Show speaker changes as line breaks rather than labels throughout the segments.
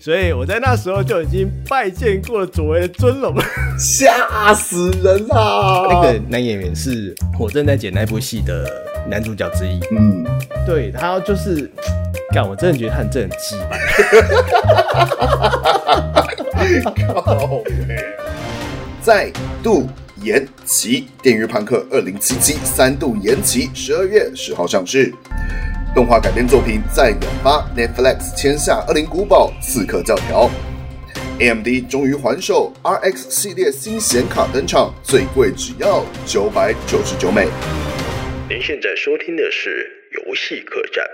所以我在那时候就已经拜见过了佐为的尊龙。
吓死人啊啦！
那个男演员是我正在剪那部戏的男主角之一，
嗯，
对他就是，干，我真的觉得他很正很鸡巴。
靠再度延期，《电锯判客二零七七》三度延期，十二月十号上市。动画改编作品再研发，Netflix 签下《恶灵古堡》《刺客教条》。AMD 终于还手 RX 系列新显卡登场，最贵只要九百九十九美。
您现在收听的是《游戏客栈》。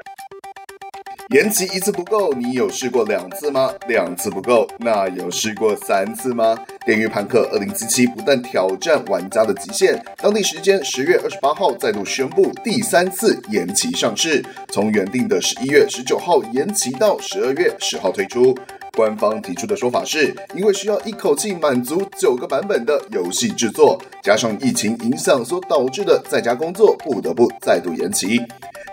延期一次不够，你有试过两次吗？两次不够，那有试过三次吗？《电锯判客2077》不但挑战玩家的极限，当地时间十月二十八号再度宣布第三次延期上市，从原定的十一月十九号延期到十二月十号推出。官方提出的说法是，因为需要一口气满足九个版本的游戏制作，加上疫情影响所导致的在家工作，不得不再度延期。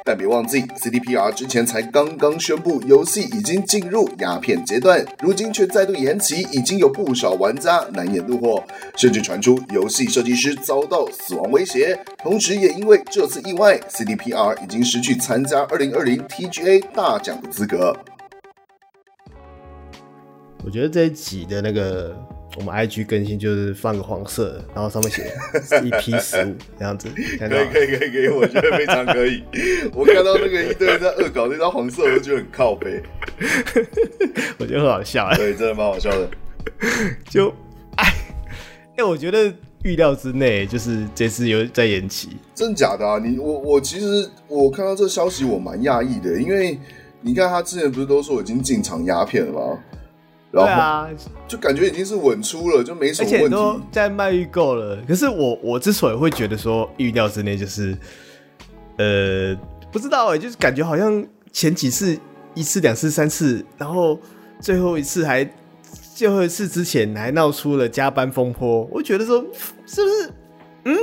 但别忘记，CDPR 之前才刚刚宣布游戏已经进入鸦片阶段，如今却再度延期，已经有不少玩家难掩怒火，甚至传出游戏设计师遭到死亡威胁。同时，也因为这次意外，CDPR 已经失去参加2020 TGA 大奖的资格。
我觉得这一集的那个我们 IG 更新就是放个黄色的，然后上面写一 P 十五 这样子，看到
可以
吗
可以可以可以，我觉得非常可以。 我看到那个一堆人在恶搞那张黄色，我就觉得很靠背。
我觉得很好笑 哎，
对，真的蛮好笑的。
就哎哎，我觉得预料之内，就是这次有在延期，
真假的啊？你我我其实我看到这消息我蛮讶异的，因为你看他之前不是都说已经进场鸦片了吗？
对
然后、
啊，
就感觉已经是稳出了，就没什
而
么
且
问
都
题。
在卖预购了。可是我我之所以会觉得说预料之内，就是呃不知道哎、就是感觉好像前几次一次、两次、三次，然后最后一次还最后一次之前还闹出了加班风波，我觉得说是不是嗯。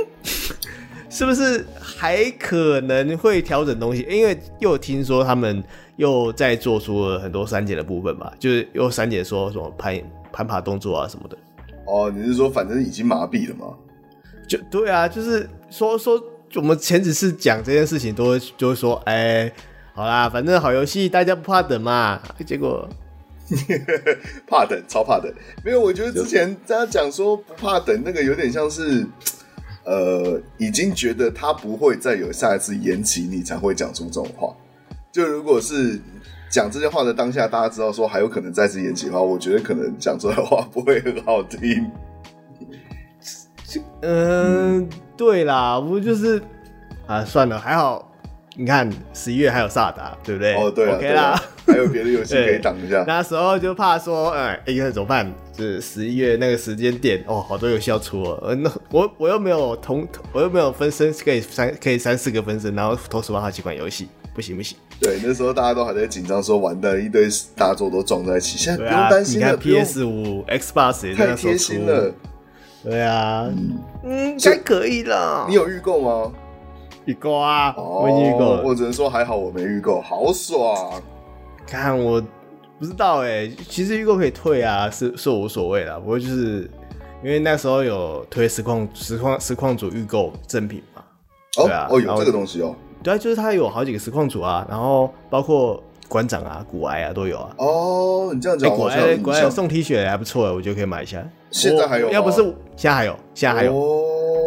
是不是还可能会调整东西？因为又听说他们又在做出了很多删减的部分吧，就是又删减说什么攀攀爬动作啊什么的。
哦，你是说反正已经麻痹了吗？
就对啊，就是说说我们前几次讲这件事情都会就会说，哎、好啦，反正好游戏大家不怕等嘛。结果
怕等，超怕等。没有，我觉得之前大家讲说不怕等，那个有点像是，呃，已经觉得他不会再有下一次延期，你才会讲出这种话。就如果是讲这些话的当下，大家知道说还有可能再次延期的话，我觉得可能讲出来的话不会很 好听。
嗯，对啦，不就是啊，算了，还好，你看十一月还有萨达，对不对？
哦，对了
o
对
k
了
啦。，
还有别的游戏可以挡一下。
那时候就怕说，哎、一个怎么办？就是十一月那个时间点，哦，好多游戏要出哦。呃那我我又没有同，我又没有分身，可以三可以三四个分身，然后同时玩好几款游戏，不行不行。
对，那时候大家都还在紧张，说完蛋，一堆大作都撞在一起。现在不
对
用
啊，
担心
你
了，
看
不用
PS 五、Xbox 也在
太
那时候
贴
出
心了。。
对啊，嗯，应
所以
该可以啦。
你有预购吗？
预购啊？
哦，
我已经预购了
我。只能说还好我没预购，好爽。
看我不知道哎、其实预购可以退啊，是是我无所谓啦。不过就是因为那时候有推实况实况实况组预购赠品嘛，
哦、
对啊
哦，
然
有
后
这个东西哦。
对啊，就是它有好几个实况组啊，然后包括馆长啊、古癌啊都有啊。
哦，你这样
哎、
讲
古
好像
癌
有
古
印
癌有
象。
送 T 恤还不错、啊我觉得可以买一下。
现在还有
我
吗
要不是现在还有，现在还有。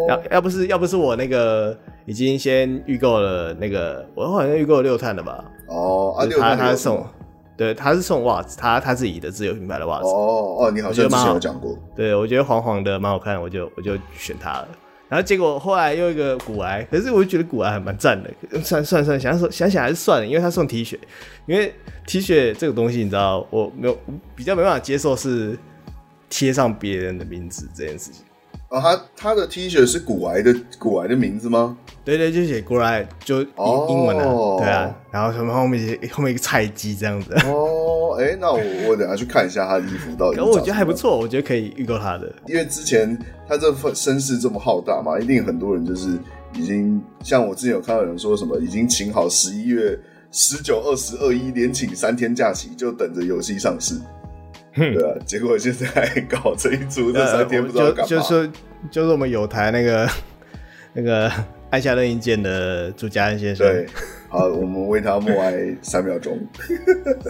要
哦，
要不是要不是我那个已经先预购了那个，我好像预购了六探了吧？
哦，啊，
就是
六
他
块
他
有
送，对，他是送袜子，他他自己的自有品牌的袜子。
哦哦，你好
我觉得
像之
蛮
前
好
有讲过。
对，我觉得黄黄的蛮好看，我就我就选它了。然后结果后来又一个骨癌，可是我就觉得骨癌还蛮赞的，算算算，想想想想还是算了，因为他送 T 恤，因为 T 恤这个东西你知道，我没有比较没办法接受是贴上别人的名字这件事情。
啊，他他的 T 恤是古癌的古癌的名字吗？
对对，就写过来就英、
哦
英文啊，对啊，然后什么后面写后面一个菜鸡这样子，
哦，哎，那我我等下去看一下他的衣服到 底。
可我觉得还不，错，我觉得可以预购它的。
因为之前他这份声势这么浩大嘛，一定很多人就是已经像我之前有看到有人说什么，已经请好十一月十九、二十、二一连请三天假期，就等着游戏上市。对啊，结果现在搞这一出，这
呃
三天不知道
我
干嘛。
就就说就是我们有台那个 那个按下任意键的朱家安先生，
对，好，我们为他默哀三秒钟，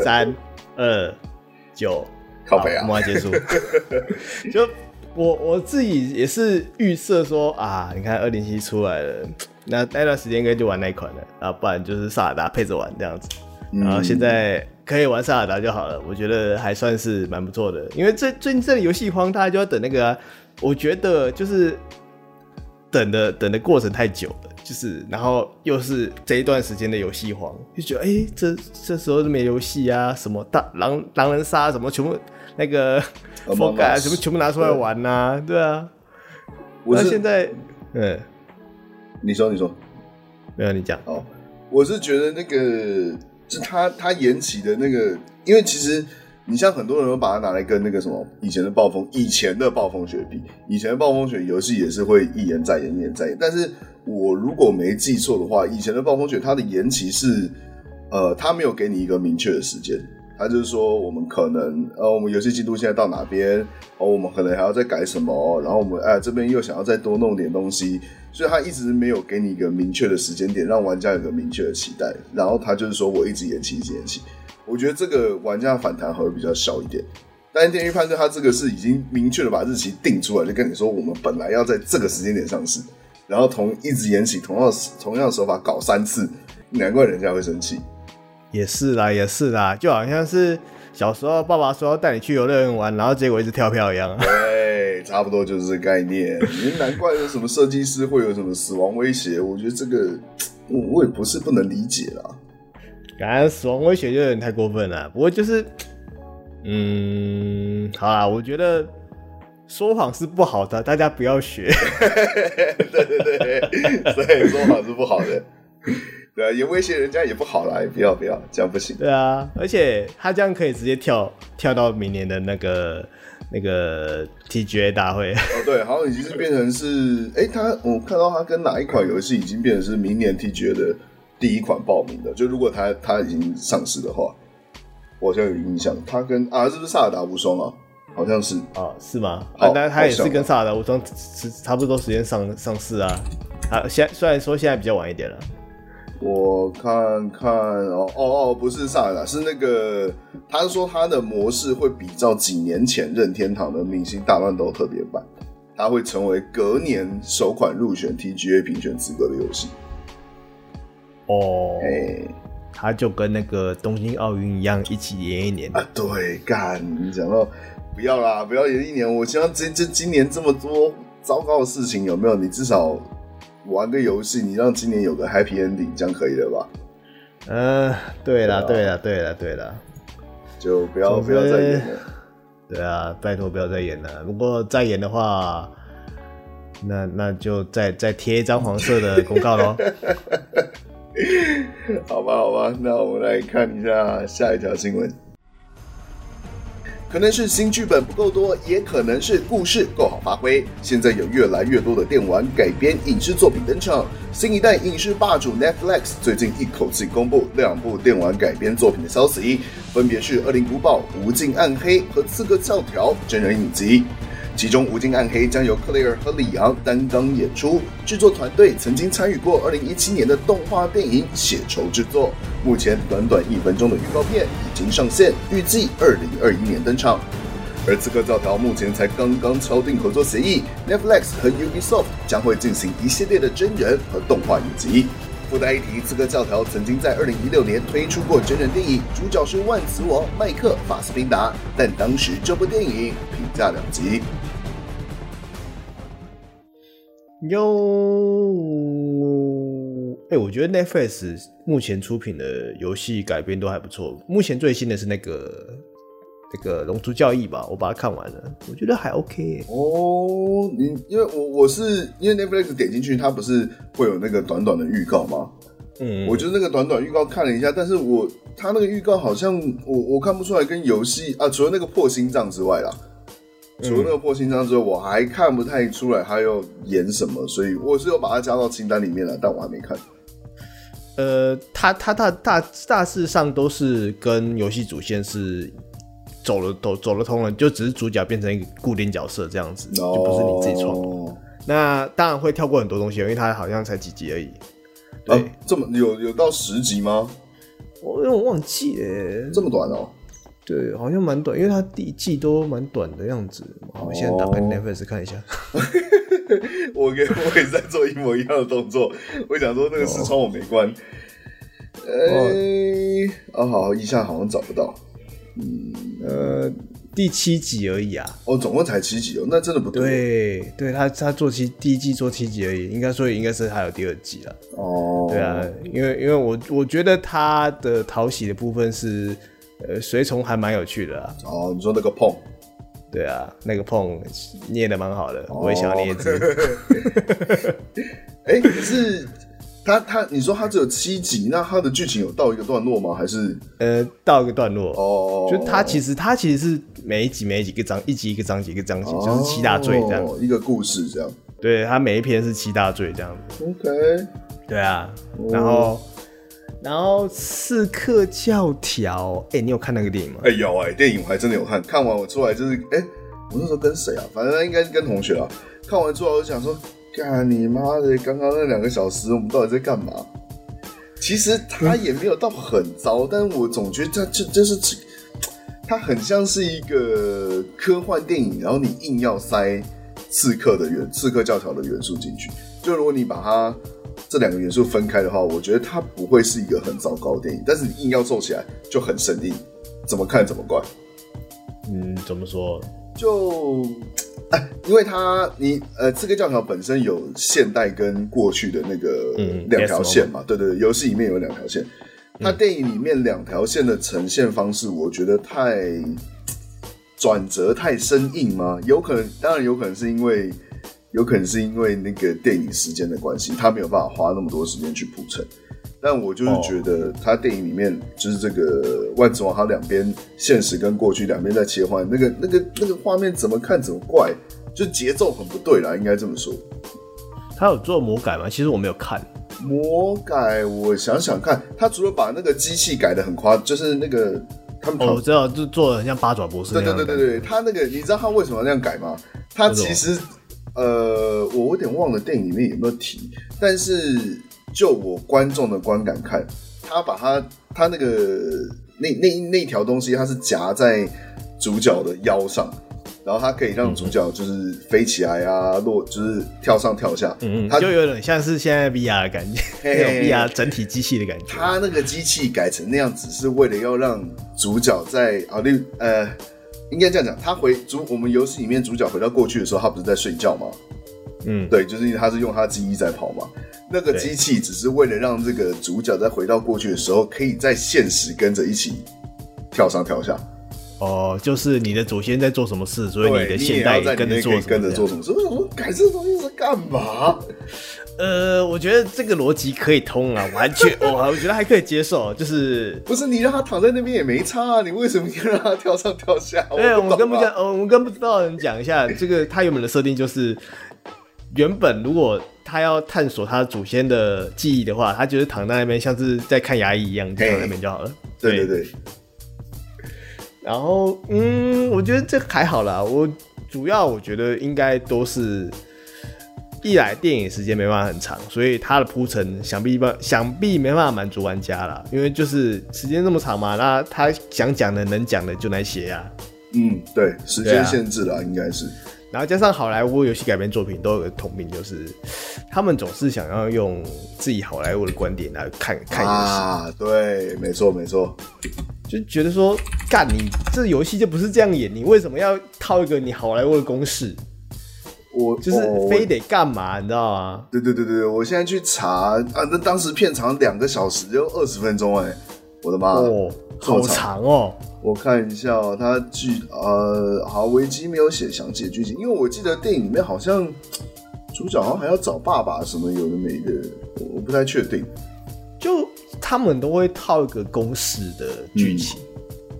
三二九，
靠北啊
好，默哀结 束。就我我自己也是预设说啊，你看二零七出来了，那那段时间应该就玩那一款了啊，不然就是萨尔达配着玩这样子。嗯然
嗯
后现在可以玩萨尔达就好了，我觉得还算是蛮不错的。因为最最近这里游戏荒，大家就要等那个啊、我觉得就是等的等的过程太久了，就是然后又是这一段时间的游戏荒，就觉得哎、诶这这时候就没游戏啊，什么大狼狼人杀什么全部那个
Among
覆盖
Us
全部全部拿出来玩呐、对啊。
我
那
是
现在嗯，
你说你说
没有你讲，
哦，我是觉得那个就他他延期的那个，因为其实你像很多人都把它拿来跟那个什么以前的暴风以前的暴风雪比，以前的暴风雪游戏也是会一延再延一延再延，但是我如果没记错的话，以前的暴风雪它的延期是呃，它没有给你一个明确的时间。他就是说，我们可能，呃，我们游戏进度现在到哪边，哦，我们可能还要再改什么，然后我们哎这边又想要再多弄点东西，所以他一直没有给你一个明确的时间点，让玩家有个明确的期待。然后他就是说我一直延期，一直延期。我觉得这个玩家反弹还会比较小一点。但是《电狱判断》他这个是已经明确的把日期定出来，就跟你说我们本来要在这个时间点上市，然后同一直延期，同样同样手法搞三次，难怪人家会生气。
也是啦，也是啦，就好像是小时候爸爸说要带你去游乐园玩，然后结果一直跳票一样 啊。
对，哎差不多就是这个概念。难怪有什么设计师会有什么死亡威胁，我觉得这个我我也不是不能理解啦。
感觉死亡威胁就有点太过分了。不过就是，嗯，好啦，我觉得说谎是不好的，大家不要学。
对对对，所以说谎是不好的。 对啊，也威胁人家也不好啦，也不要不要，这样不行。
对啊，而且他这样可以直接跳跳到明年的那个那个 TGA 大会。
哦，对，好像已经是变成是，哎，他我看到他跟哪一款游戏已经变成是明年 TGA 的第一款报名的，就如果他他已经上市的话，我好像有印象，他跟啊是不是萨尔达无双啊？好像是，
哦，是吗？啊
好，
那他也是
好像
跟萨尔达无双是差不多时间上上市啊。啊，现在虽然说现在比较晚一点了，
我看看哦哦哦，不是萨尔达，是那个他说他的模式会比照几年前任天堂的《明星大乱斗》特别版，它会成为隔年首款入选 TGA 评选资格的游戏。
哦，
哎、
他就跟那个东京奥运一样，一起延一年。
啊，对，干，你讲到不要啦，不要延一年，我希望这这今年这么多糟糕的事情有没有？你至少玩个游戏，你让今年有个 happy ending，这样可以了吧？
嗯，对啦，
对
对啦，对啦，对啦，
就不要不要再演了。
对啊，拜托不要再演了。如果再演的话，那那就再再贴一张黄色的公告喽。
好吧，好吧，那我们来看一下下一条新闻。可能是新剧本不够多，也可能是故事够好发挥。现在有越来越多的电玩改编影视作品登场，新一代影视霸主 Netflix 最近一口气公布两部电玩改编作品的消息，分别是《恶灵古堡：无尽暗黑》和《刺客教条》真人影集。其中《无尽暗黑》将由克雷尔和里昂担纲演出，制作团队曾经参与过2017年的动画电影《血仇》制作。目前短短一分钟的预告片已经上线，预计2021年登场。而《刺客教条》目前才刚刚敲定合作协议，Netflix 和 Ubisoft 将会进行一系列的真人和动画影集。附带一提，《刺客教条》曾经在2016年推出过真人电影，主角是万磁王麦克·法斯宾达，但当时这部电影评价两极。
哟，哎，我觉得 Netflix 目前出品的游戏改编都还不错。目前最新的是那个那个《龙珠教义》吧，我把它看完了，我觉得还 OK 耶、
哦，你因为我我是因为 Netflix 点进去，它不是会有那个短短的预告吗？
嗯，
我觉得那个短短预告看了一下，但是我它那个预告好像我我看不出来跟游戏啊，除了那个破心脏之外啦，除了
嗯
那个破心脏之外，我还看不太出来它要演什么，所以我是有把它加到清单里面了，但我还没看。
呃，它它大大大致上都是跟游戏主线是走了走走了通了，就只是主角变成一个固定角色这样子，就不是你自己创的。
哦
那当然会跳过很多东西，因为它好像才几集而已。对，
啊，这么有有到十集吗？
我哦因为我忘记了，
这么短哦，
对，好像蛮短，因为它第一季都蛮短的样子。我现在打开
哦
Netflix 看一下。
我跟我也在做一模一样的动作。我想说那个视窗我没关。
哦
呃，啊好，一下好像找不到。
呃，第七集而已啊。
哦，总共才七集哦，那真的不多
对，对他他做七第一季做七集而已，应该所以应该是还有第二季了。
哦。
对啊，因为因为我我觉得他的讨喜的部分是，呃，随从还蛮有趣的啊。
哦，你说那个碰，
对啊，那个碰捏的蛮好的，
哦
我也想要捏一 只。
哎，可是他他，你说他只有七集，那他的剧情有到一个段落吗？还是
呃，到一个段落，
哦，
就他其实他其实是每一集每一集一个章一集一个章节一个章节，就是七大罪这样。
哦一个故事这样。
对他每一篇是七大罪这样子。
OK，
对啊，然后、然后《刺客教条》，哎，你有看那个电影吗？
哎有哎，电影我还真的有看，看完我出来就是哎，我那时候跟谁啊？反正应该是跟同学啊。看完之后我就想说，干你妈的！刚刚那两个小时我们到底在干嘛？其实他也没有到很糟，但我总觉得他这这是他很像是一个科幻电影，然后你硬要塞刺客的元刺客教条的元素进去。就如果你把它这两个元素分开的话，我觉得它不会是一个很糟糕的电影，但是你硬要凑起来就很生硬，怎么看怎么怪。
嗯，怎么说？
就，哎，因为它你呃，刺客教条本身有现代跟过去的那个
嗯
两条
yes，
线嘛，对对对，游戏里面有两条线。它电影里面两条线的呈现方式，我觉得太转折太生硬吗？有可能，当然有可能是因为，有可能是因为那个电影时间的关系，他没有办法花那么多时间去铺陈。但我就是觉得他电影里面就是这个万磁王，他两边现实跟过去两边在切换，那个那个那个画面怎么看怎么怪，就节奏很不对啦，应该这么说。
他有做魔改吗？其实我没有看。
魔改，我想想看，他除了把那个机器改的很夸，就是那个他们
哦，我知道，就做的很像八爪博士那
对对
样的
对
感觉。
对对，他那个你知道他为什么要那样改吗？他其实呃，我有点忘了电影里面有没有提，但是就我观众的观感看，他把他他那个那那那条东西，它是夹在主角的腰上。然后它可以让主角就是飞起来啊，落就是跳上跳下，
嗯，
它
就有点像是现在 VR 的感觉，
嘿
那种
嘿嘿
VR 整体机器的感觉。
他那个机器改成那样，只是为了要让主角在啊，例如呃，应该这样讲，他回主我们游戏里面主角回到过去的时候，他不是在睡觉吗？
嗯，
对，就是因为他是用他记忆在跑嘛。那个
对
机器只是为了让这个主角在回到过去的时候，可以在现实跟着一起跳上跳下。
哦，就是你的祖先在做什么事，所以
对，
你的
你
现
也
代
要
也
在里
跟着
面可
做
以
什么
跟着做
这样
什么？所以我想说，改这东西是干嘛？
呃，我觉得这个逻辑可以通啊，完全， 我我觉得还可以接受，就是
不是你让他躺在那边也没差啊，你为什么要让他跳上跳下？
哎、我
我
们跟不
懂啊
讲，呃，我们跟不知道的人讲一下，这个他原本的设定就是，原本如果他要探索他祖先的记忆的话，他就是躺在那边，像是在看牙医一样，就躺在那边就好了。
对对对，
然后，嗯，我觉得这还好啦。我主要我觉得应该都是，一来电影时间没办法很长，所以它的铺陈想必一般想必没办法满足玩家啦，因为就是时间这么长嘛，那他想讲的能讲的就那些啊。
嗯，对，时
对啊
间限制啦，应该是。
然后加上好莱坞游戏改编作品都有个通病，就是他们总是想要用自己好莱坞的观点来看看游戏，
啊，对，没错没错，
就觉得说，干你这游戏就不是这样演，你为什么要套一个你好莱坞的公式？
我
就是
哦我
非得干嘛，你知道吗？
对对对对，我现在去查啊，那当时片长两个小时，就二十分钟哎、我的妈！
哦，
这么
好长哦，
我看一下、哦，它剧呃，好，维基没有写详细的剧情，因为我记得电影里面好像主角好像还要找爸爸什么有的没的，我我不太确定。
就他们都会套一个公式的剧情，
嗯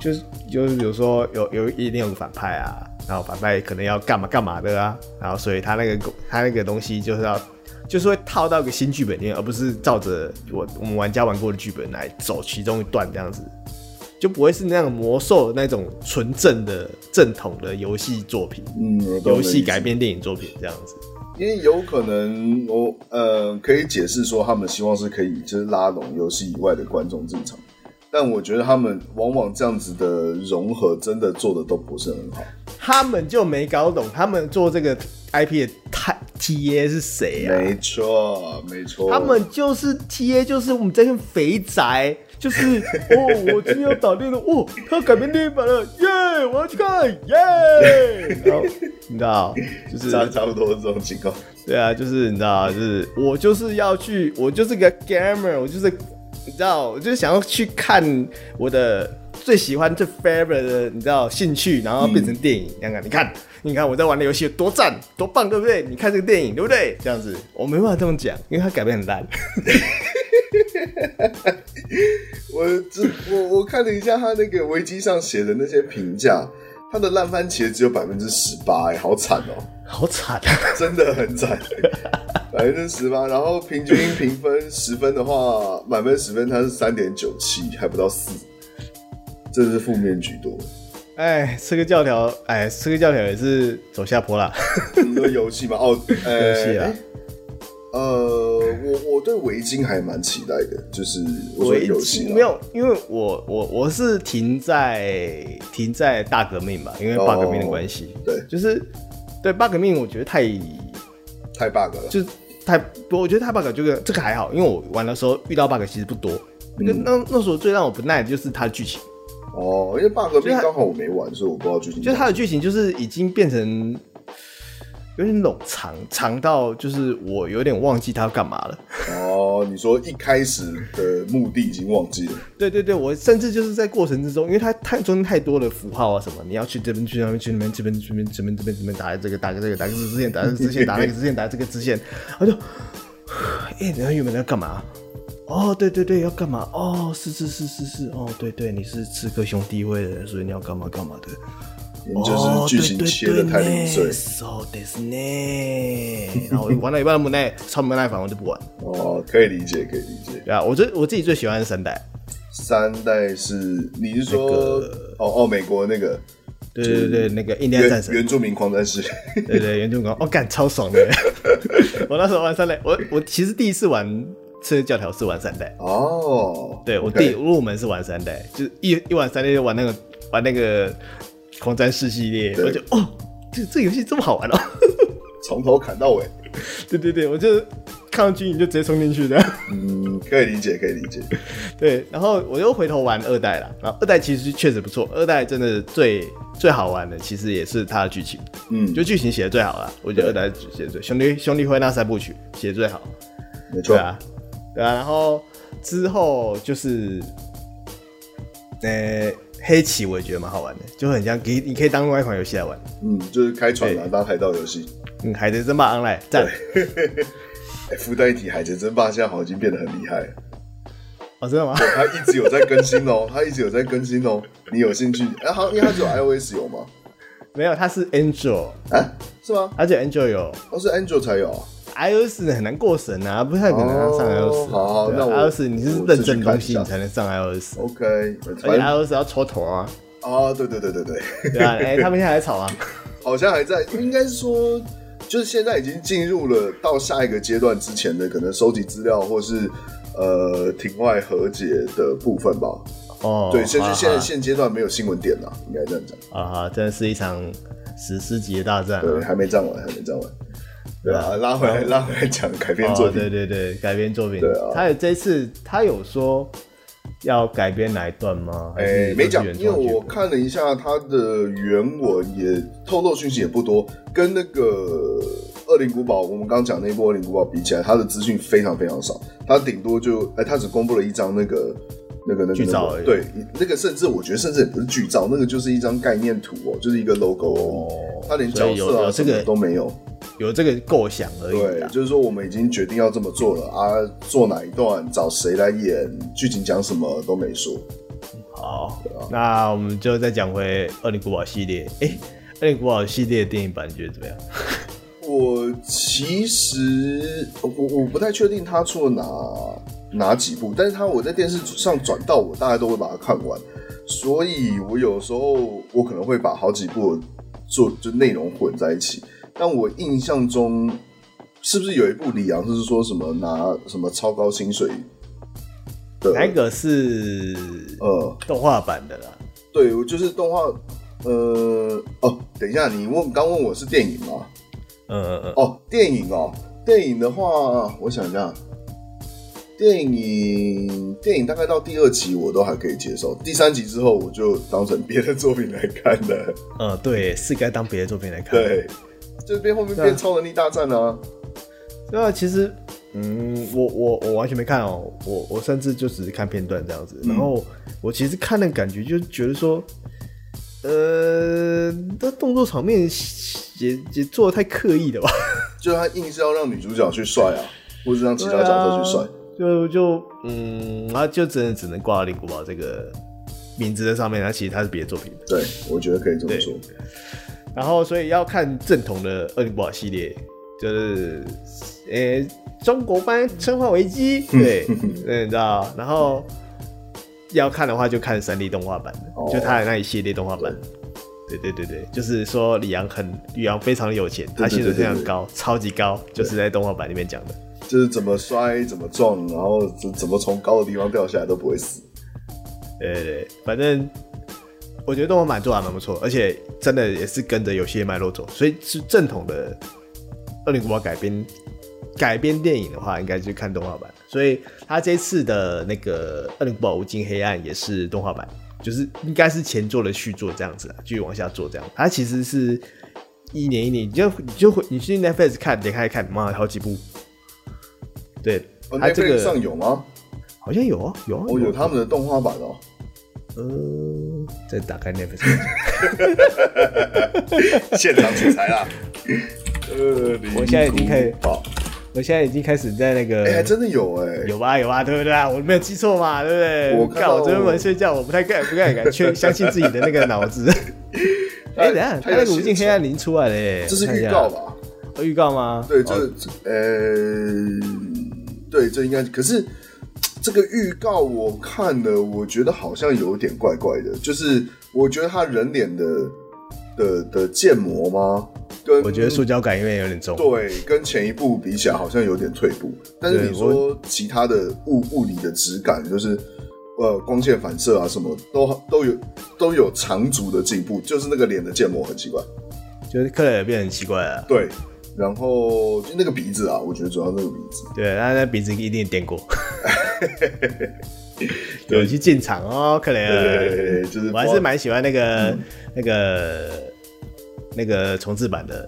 就是就是比如说有有一定有个反派啊，然后反派可能要干嘛干嘛的啊，然后所以他那个公他那个东西就是要。就是会套到一个新剧本里面，而不是照着我我们玩家玩过的剧本来走其中一段这样子。就不会是那样魔兽的那种纯正的正统的游戏作品，
嗯，我懂
游戏
你的意思
改，编电影作品这样子。
因为有可能我呃可以解释说，他们希望是可以就是拉拢游戏以外的观众进场，但我觉得他们往往这样子的融合真的做的都不是很好。
他们就没搞懂，他们做这个 IP 的 T TA 是谁啊？
没错，没错，
他们就是 TA，就是我们这群肥宅，就是哦，我今天要打猎了，哦，他要改编电影版了，耶、我要去看，耶、然后你知道，就是
差差不多是这种情况。
对啊，就是你知道，就是我就是要去，我就是个 gamer，我就是你知道，我就是想要去看我的最喜欢、最 favorite 的，你知道兴趣，然后变成电影。看看、你看，你看我在玩的游戏有多赞、多棒，对不对？你看这个电影，对不对？这样子，我没办法这么讲，因为它改编很烂。
我这我我看了一下他那个维基上写的那些评价，他的烂番茄只有百分之十八，哎，好惨哦、
好惨啊！
真的很惨，百分之十八。然后平均评分十分的话，满分十分它是三点九七，还不到四，这是负面居多。
哎，吃个教条，哎，吃个教条也是走下坡啦。
你说游戏吗？ 哦，呃、
游戏啊
哎呃，我我对围巾还蛮期待的，就是我说游戏啦啊
没有，因为我我我是停在停在大革命吧，因为
哦
大革命的关系，
对
就是对大革命，我觉得太
太 bug 了，
就是太，不我觉得太 bug 这个这个还好，因为我玩的时候遇到 bug 其实不多。那
嗯
那那时候最让我不耐的就是它的剧情，
哦，因为 bug
就是
兵
它
刚好我没玩，所以我不知道剧情。
就是它的剧情就是已经变成有点冗长，长到就是我有点忘记它要干嘛了。
哦，你说一开始的目的已经忘记了，
对对对，我甚至就是在过程之中，因为它太中间太多的符号啊什么，你要去这边去那边去那边这边这边这边这边这边打这个打个这个打个支线打这个支线打那个支线打这个支线，我就，哎，你要原本要干嘛？哦，对对对，要干嘛？哦，是是是是是，哦，对对，你是刺客兄弟会的人，所以你要干嘛干嘛的。哦
就是剧情切的太零碎。
So this 呢，然后我就玩到一半不耐，超不耐烦，我就不玩。
哦，可以理解，可以理解。
对啊，我最我自己最喜欢的是三代，
三代是你是说、
那个
哦哦，美国那个
对对对，那个印第安战
原
神，
原住民狂 战士，
对对，原著光，我、哦、干超爽的。 我那时候玩三代，我我其实第一次玩刺客教条是玩三代，
哦，
对我
OK
第一入门是玩三代，就是一一玩三代就玩那个玩那个狂战士系列，
对
我就哦，这这游戏这么好玩哦，
从头砍到尾，
对对对，我就看到军营就直接冲进去的，
嗯，可以理解，可以理解。
对，然后我又回头玩二代了，然后二代其实确实不错，二代真的最最好玩的其实也是它的剧情，
嗯，
就剧情写的最好了，我觉得二代写的最兄弟兄弟会那三部曲写的最好，
没错
对，啊，对啊，然后之后就是，呃，黑棋我也觉得蛮好玩的，就很像你你可以当另外一款游戏来玩，
嗯，就是开船啊，
对
当海盗游戏。
嗯，海贼争霸 online 赞
哎附带一提，海贼争霸现在好像已经变得很厉害了，
哦， 真的吗？
它一直有在更新哦， 它一直有在更新哦。你有兴趣？哎、好，因为它只有 iOS 有吗？
没有，它是 Angel，
啊，是吗？
而且 Angel 有
哦，是 Android 才有啊。
iOS 很难过审啊，不太可能上
哦
iOS。
好
对啊
那我
iOS 你是
我
认
自己
证
看
东
一
西
下
你才能上 iOS，
OK，
而
反
且
正
iOS 要抽头啊，
啊，对对对对对，
对 啊，哎，他们现在还吵啊，
好像还在，应该是说，就是现在已经进入了到下一个阶段之前的可能收集资料或是呃庭外和解的部分吧。
哦，
对，就是
好
现在
好
现阶段没有新闻点啦，应该这样讲。
啊哈，真的是一场史诗级的大战啊
对，。还没站完，还没站完。对啊，拉回来，拉回来讲改编作
哦，对
品。
对对，改编作品。
对啊
他有这次他有说要改编哪一段吗？还
哎
是，
没讲
都，是
因为
原创剧本
我看了一下它的原文，也透露讯息也不多，跟那个《恶灵古堡》我们刚讲那一部《恶灵古堡》比起来，它的资讯非常非常少，它顶多就哎，它只公布了一张那个那个那个
剧照
那个
而已
对，那个甚至我觉得甚至也不是剧照，那个就是一张概念图哦，就是一个 logo 而已。
哦
它连
所
角
以有
色啊
有
什
这
么
个
都没有，
有这个构想而已
对，
啦。
就是说我们已经决定要这么做了啊，做哪一段，找谁来演，剧情讲什么都没说。
好，
啊
那我们就再讲回《恶灵古堡》系列。哎，《恶灵古堡》系列电影版你觉得怎么样？
我其实我我不太确定他出了哪哪几部，但是他我在电视上转到，我大概都会把它看完。所以我有时候我可能会把好几部做就内容混在一起。但我印象中，是不是有一部李阳就是说什么拿什么超高薪水的？
哪一个是
呃，
动画版的啦？
对，我就是动画。呃，哦，等一下，你问刚问我是电影吗？
嗯嗯嗯，
哦，电影哦，电影的话，我想一下，电影电影大概到第二集我都还可以接受，第三集之后我就当成别的作品来看 了。
嗯，对，是该当别的作品来看。，
对，就是变后面
对
变
啊
超能力大战啊，
对啊，其实，嗯，我我我完全没看哦，我我甚至就只是看片段这样子。
嗯
然后我其实看的感觉就觉得说，呃，那动作场面也也做的太刻意了吧？
就他硬是要让女主角去帅啊，或是让 其他角色去帅。
啊就就嗯，啊，就真的只能挂到林古堡这个名字在上面，它其实它是别的作品。
对，我觉得可以这么说。
然后所以要看正统的恶灵古堡系列，就是呃、中国版《生化危机》 对，嗯你知道，然后要看的话就看三 D 动画版的，
哦
就他的那一系列动画版。对对对对，就是说李阳很李阳非常有钱，他薪水非常高，超级高，就是在动画版里面讲的。
就是怎么摔、怎么撞，然后怎怎么从高的地方掉下来都不会死。
对对对，反正我觉得动画版做的蛮不错，而且真的也是跟着游戏的脉络走，所以是正统的《恶灵古堡》改编改编电影的话，应该就看动画版。所以他这次的那个《恶灵古堡：无尽黑暗》也是动画版，就是应该是前作的续作这样子啊，继续往下做这样。它其实是一年一年，你就你就会你去 Netflix 看，点开看，妈好几部。对，
哦，
它
那
这
个上
个
有吗？
好像有啊，有啊，
哦，
啊
有他们的动画版哦。
呃，再打开 Netflix，
现场取 材啦。呃，
我现在已经开始
好，
我现在已经开始在那个，
哎、还真的有哎、
有吧有吧，对不对啊？我没有记错嘛，对不对？
我看
看
到
我昨天晚上睡觉，我不太敢不太敢确相信自己的那个脑 子。哎、等一下，他
他有
那个无
写
尽黑暗已经出来了耶，
这是
我看一
预
下
告？吧？
哦预告吗？
对，这
哦
呃，对，这应该可是这个预告我看了，我觉得好像有点怪怪的，就是我觉得他人脸的的的建模吗？跟
我觉得塑胶感因为有点重。
对，跟前一部比起来好像有点退步。但是
对
你说其他的物物理的质感，就是呃光线反射啊什么，都都有都有长足的进步，就是那个脸的建模很奇怪。
就是克莱尔变得很奇怪了。
对，然后就那个鼻子啊，我觉得主要那个鼻子。
对，他那鼻子一定点 过。有去进场哦，克雷
对对
尔。
对对对，就是
我还是蛮喜欢那个、那个那个重置版的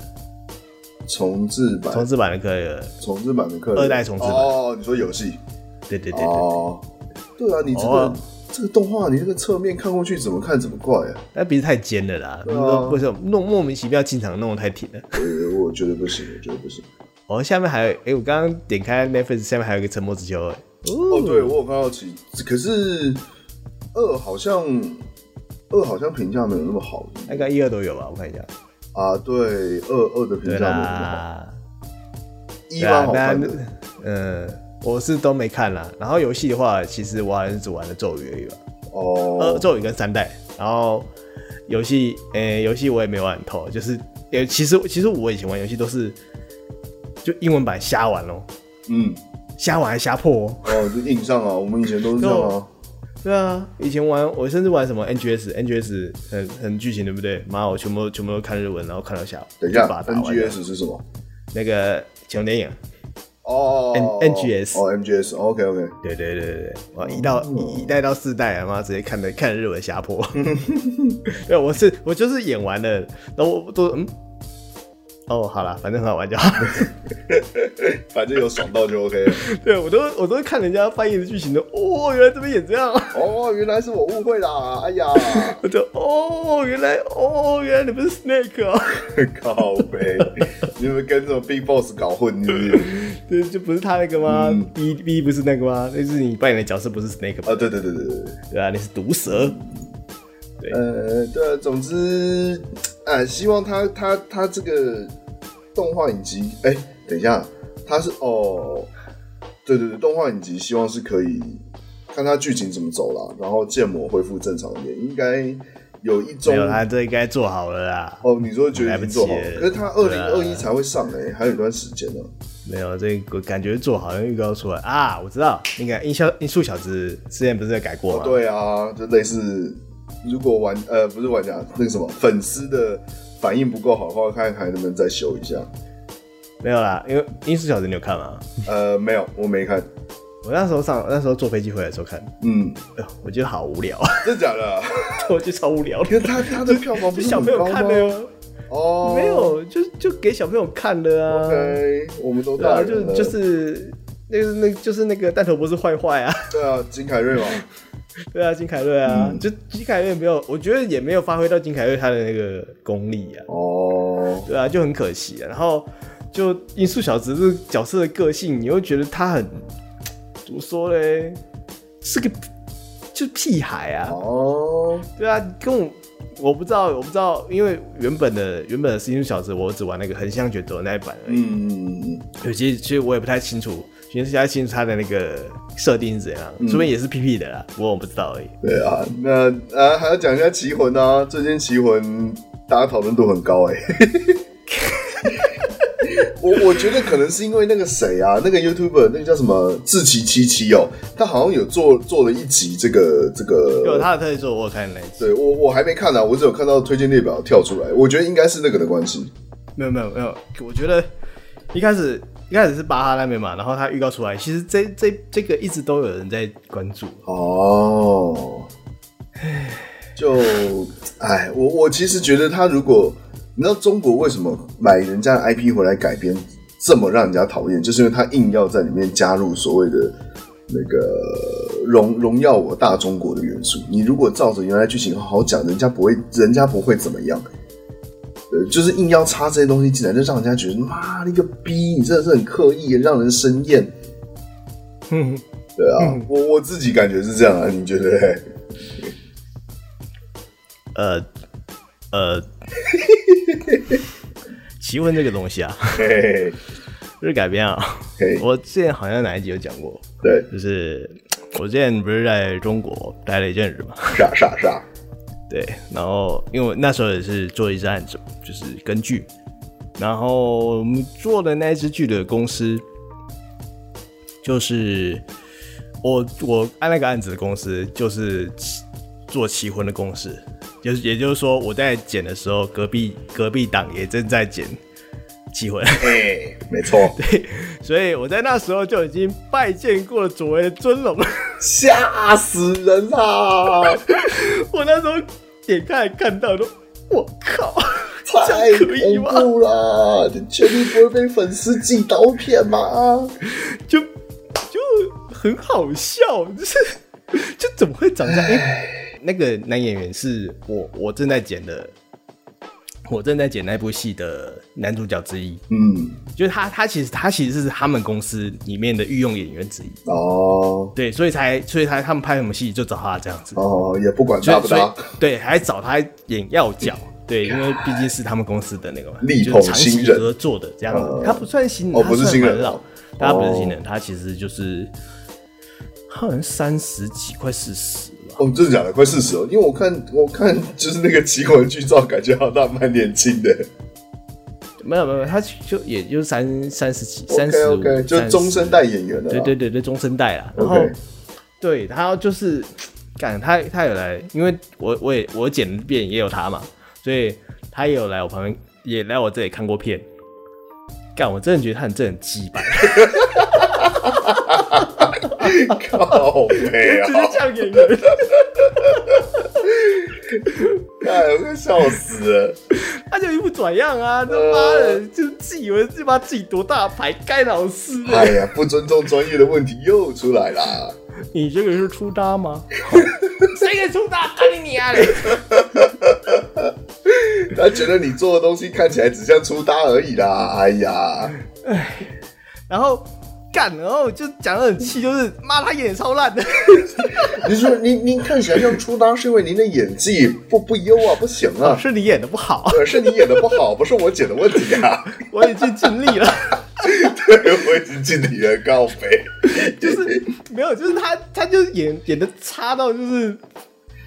重置版
重置版的克雷尔，
重置版的客人
二代重置版
哦，你说游戏
对对对对。
哦，对啊，你这个
哦
这个动画，你这个侧面看过去怎么看怎么怪啊？
那鼻子太尖了啦，
对啊
那个为什么弄莫名其妙进场弄得太挺了？
呃，我觉得不行，我觉得不行。
哦，下面还有，哎、我刚刚点开 Netflix 下面还有一个《沉默之丘》哎，
哦，对，我有看到其，可是二好像二好像评价没有那么好
大概一二都有吧，我看一下。
啊。对，二二的评
对
价没有那么好，
啦，
一
对
蛮
啊，
好看的。
嗯、我是都没看啦。然后游戏的话，其实我好像只玩了咒语而已吧，呃，
哦，
咒语跟三代。然后游戏，呃、游戏我也没玩很透，就是，呃，其实其实我以前玩游戏都是就英文版瞎玩咯，
嗯，
瞎玩还瞎破、哦。
哦，就硬上啊，我们以前都是这样啊。
对啊，以前玩我甚至玩什么 NGS，NGS 很很剧情对不对？妈，我全部全部都看日文，然后看到下午，
等一下
就把它打完了。
，NGS 是什么？
那个琼电影，
哦
N- NGS
哦，NGS，OK OK，
对对对对对，哇，一到
哦
一一代到四代啊，妈直接看的看日文下坡。 对，我是我就是演完了，然后我都嗯，哦，好啦，反正很好玩就好。
反正有爽到就 OK 了。
对我都我都看人家翻译的剧情的，哦，原来这边演这样，
哦，原来是我误会啦，哎呀，
我就哦，原来哦，原来你不是 Snake 啊。
靠呗，你们跟这种 Big Boss 搞混是不是？
对，就不是他那个吗、
嗯
b B 不是那个吗？那就是你扮演的角色不是 Snake 吧？
啊，对对对对对对。
对啊，你是毒蛇。
呃，对啊，总之，呃，希望他他他这个动画影集，哎、等一下，他是哦，对对对，动画影集希望是可以看看他剧情怎么走了，然后建模恢复正常一点，应该有一周
没。有，他这应该做好了啦。
哦，你说觉得
来
已
不
经
及
做好
了
了，可是他二
对
零
啊
二一才会上哎、还有一段时间呢、
没有，这个感觉做好像预告出来啊，我知道，那个音效音速小子之前不是有改过吗？
对啊，就类似，如果玩呃不是玩家那个什么粉丝的反应不够好的话，看还能不能再修一下。
没有啦，因为音速小子你有看吗？
呃，没有，我没看。
我那时候上那时候坐飞机回来的时候看，
嗯，
哎呦我觉得好无聊，
真的假的？
我觉得超无聊
可是他他的票房 不
就是小
很
朋友
高
看
吗？
的哟，
哦，
没。有，啊就就给小朋友看的啊。
OK，我们都
对
大
啊，
人
就
了
就是那个那就是那个弹头不是坏坏啊，
对啊，金 凯瑞嘛，
对啊，金凯瑞啊，
嗯
就金凯瑞没有，我觉得也没有发挥到金凯瑞他的那个功力啊，
哦，
对啊，就很可惜、啊。然后就音速小子这个角色的个性，你又觉得他很怎么说嘞，是个就屁孩啊，
哦，
对啊，跟我我不知道，我不知道，因为原本的原本的《音速小子》，我只玩那个横向决斗那一版而已。
嗯，
有其实其实我也不太清楚，其实不太清楚它的那个设定是怎样，
嗯
说不定也是 PP 的啦，不过我不知道而已。
对啊，那啊还要讲一下《棋魂》啊，最近《棋魂》大家讨论度很高哎、 我我觉得可能是因为那个谁啊，那个 YouTuber 那个叫什么志奇七七哦，他好像有做做了一集这个这个，
有他的特异作，我有看那一集。
对我我还没看呢、我只有看到推荐列表跳出来，我觉得应该是那个的关系。
没有没有没有，我觉得一开始一开始是巴哈那边嘛，然后他预告出来，其实这这这个一直都有人在关注。
哦，就哎，我我其实觉得他如果你知道中国为什么买人家的 IP 回来改编这么让人家讨厌，就是因为他硬要在里面加入所谓的那个荣荣耀我大中国的元素。你如果照着原来剧情好好讲，人家不会，人家不会怎么样。呃，就是硬要插这些东西进来，就让人家觉得妈你个逼，你真的是很刻意，让人生厌。
嗯，
对啊，我我自己感觉是这样啊，你觉得嘞？
呃呃，奇闻这个东西啊，
嘿嘿
就是改编啊。
嘿嘿，
我之前好像哪一集有讲过，
对，
就是我之前不是在中国待了一阵子嘛，
傻傻傻，
对，然后因为我那时候也是做一支案子，就是跟剧，然后我们做的那一支剧的公司，就是我我按那个案子的公司就是起做奇婚的公司，就是也就是说我在剪的时候，隔壁隔壁档也正在剪奇婚，
哎，没错，
所以我在那时候就已经拜见过了所谓的尊龙。
吓死人
啊
啦！
我那时候点开来看到都，我靠，
太
这样可以
恐
吗
怖啦！你确定不会被粉丝寄刀片吗？
就就很好笑， 就是就怎么会长这样？因为那个男演员是我我正在剪的，我正在剪那部戏的男主角之一，
嗯，
就是他他其实他其实是他们公司里面的御用演员之一，
哦
对，所以才所以才他们拍什么戏就找他这样子，
哦，也不管
所
搭
以
不
所
搭，
以对，还找他演要 角。对，因为毕竟是他们公司的那个嘛，
力
就是
捧
长
新
期
人
合作的这样
呃
子，他不算新人，
哦
他
不是
算
新人
蛮老
哦
他不是新人，他其实就是他好像三十几，快四十吧。
哦，真的假的？快四十了，因为我看我看就是那个奇魂剧照，感觉好像他蛮年轻的。
没有没有，他就也就三三十几，三
OK
十五
OK，，就是中生代演员了。
对对，对对，中生代啦。然后
OK
对他就是，干他他有来，因为我我也我剪的片也有他嘛，所以他也有来我旁边，也来我这里看过片。干，我真的觉得他很真的很鸡掰，
靠 背啊
直！接这样演员。
哎，我快笑死了。
他就一副拽样啊，他妈的，就自以为自己把自己多大牌，该老师 的。
哎呀，不尊重专业的问题又出来啦！
你这个是出搭吗？ 谁给出搭？干你啊娘嘞！
他觉得你做的东西看起来只像出搭而已啦。哎呀，
然后干，然后就讲的很气，就是妈他演得超烂的。
你说您您看起来像出搭，是因为您的演技不不优啊，不行啊，
是你演的不好，
可是你演的不好，不是我剪的问题啊。
我已经尽力了。
对，我已经尽力了，告白。
就是没有，就是他，他就是演演的差到就是，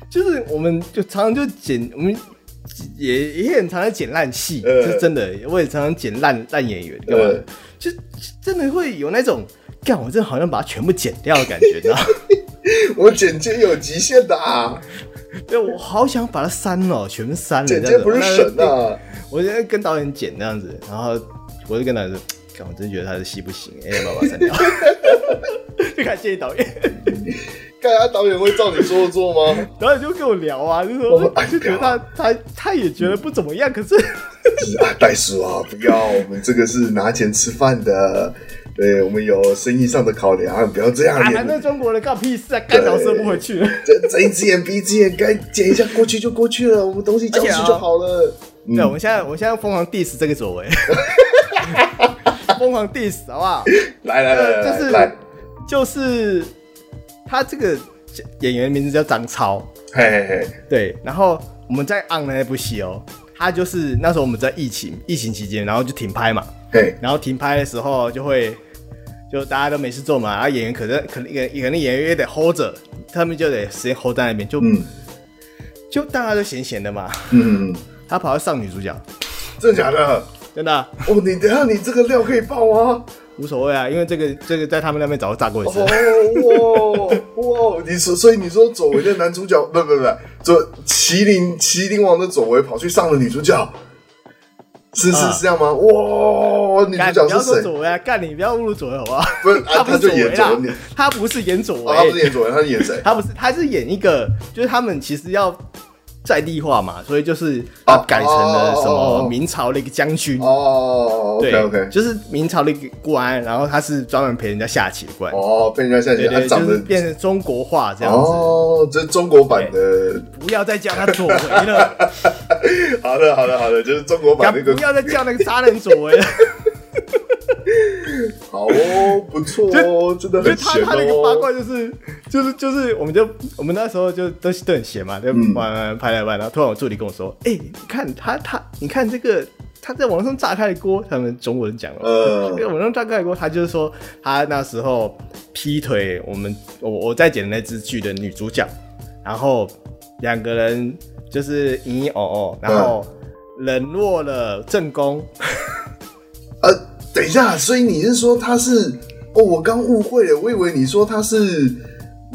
就是我们就常常就剪，我们也也很常常剪烂戏，这、
呃
是真的。我也常常剪烂烂演员，干嘛的？
呃
就就真的会有那种，干我真的好像把它全部剪掉的感觉，你 知道吗？
我剪接有极限的啊，
对，我好想把它删了，全部删了。
剪
这
接
样子
不是神！啊，
我现在跟导演剪那样子，然后我就跟导演说：“看，我真觉得他的戏不行，哎、要不要把它删 掉？”就开始建议导演，
看他导演会照你说的做吗？
导演就跟我聊啊，就
我们
说就觉得他他他也觉得不怎么样，可是
就是啊，袋鼠啊，不要，我们这个是拿钱吃饭的，对我们有生意上的考量，不要这样
啊，
演
那中国人干我屁事啊，干倒射不回去了。
睁睁一只眼闭一只眼，该剪一下过去就过去了，我们东西交出就好了。嗯
对，我们现在我们现在疯狂 diss 这个左 为，疯狂 diss 好不好？
来来来来
就是
哎来，
就是他这个演员名字叫张超，
嘿嘿嘿，
对，然后我们在 on 的那部戏哦，他就是那时候我们在疫情疫情期间，然后就停拍嘛，
嘿，
然后停拍的时候就会就大家都没事做嘛，然后演员可能可能可能演员也得 hold 着，他们就得时间 hold 在那边，就、
嗯
就大家都闲闲的嘛，
嗯，
他跑去上女主角，
真的假的？
真的啊、
哦，你等一下你这个料可以爆吗？
无所谓啊，因为这个这个在他们那边早就炸过一次，
哦哇哇！你说，所以你说左为的男主角，不不不，左麒麟麒麟王的左为跑去上了女主角，是是
啊
是这样吗？哇，女
干、
主角
你不要
是
说
谁
左？为啊，干你不要侮辱左为好不 好？
不是，啊、
他不
他
是
就
左为
演左
啦
为，哦，，
他不是演左为，
他不是演左为，他是演谁？
他不是，他是演一个，就是他们其实要在地化嘛，所以就是他
哦
改成了什
哦哦哦哦
么明朝的一个将军，
哦
对
，OK OK，
就是明朝的一个官，然后他是专门陪人家下棋的官，
哦，被人家下
对
去，他
对，
长
就是
得
变成中国化这样子。
哦，这是中国版的，
不要再叫他左为 了，
好的好的好的，就是中国版那个
不，要再叫那个渣男左 为了，
好哦，不错哦，真的
就
很
他
闲
他那个八
哦。
卦就是就是就是，我们就我们那时候就都都很闲嘛，就
嗯
慢慢拍来拍，然后突然我助理跟我说：“哎、你看他他，你看这个他在网上炸开的锅，他们中国人讲了，
嗯
因为网上炸开的锅，他就是说他那时候劈腿我们我我在剪的那支剧的女主角，然后两个人就是咦哦哦，然后
嗯
冷落了正宫，
呃，等一下，所以你是说他是？哦，我刚误会了，我以为你说他是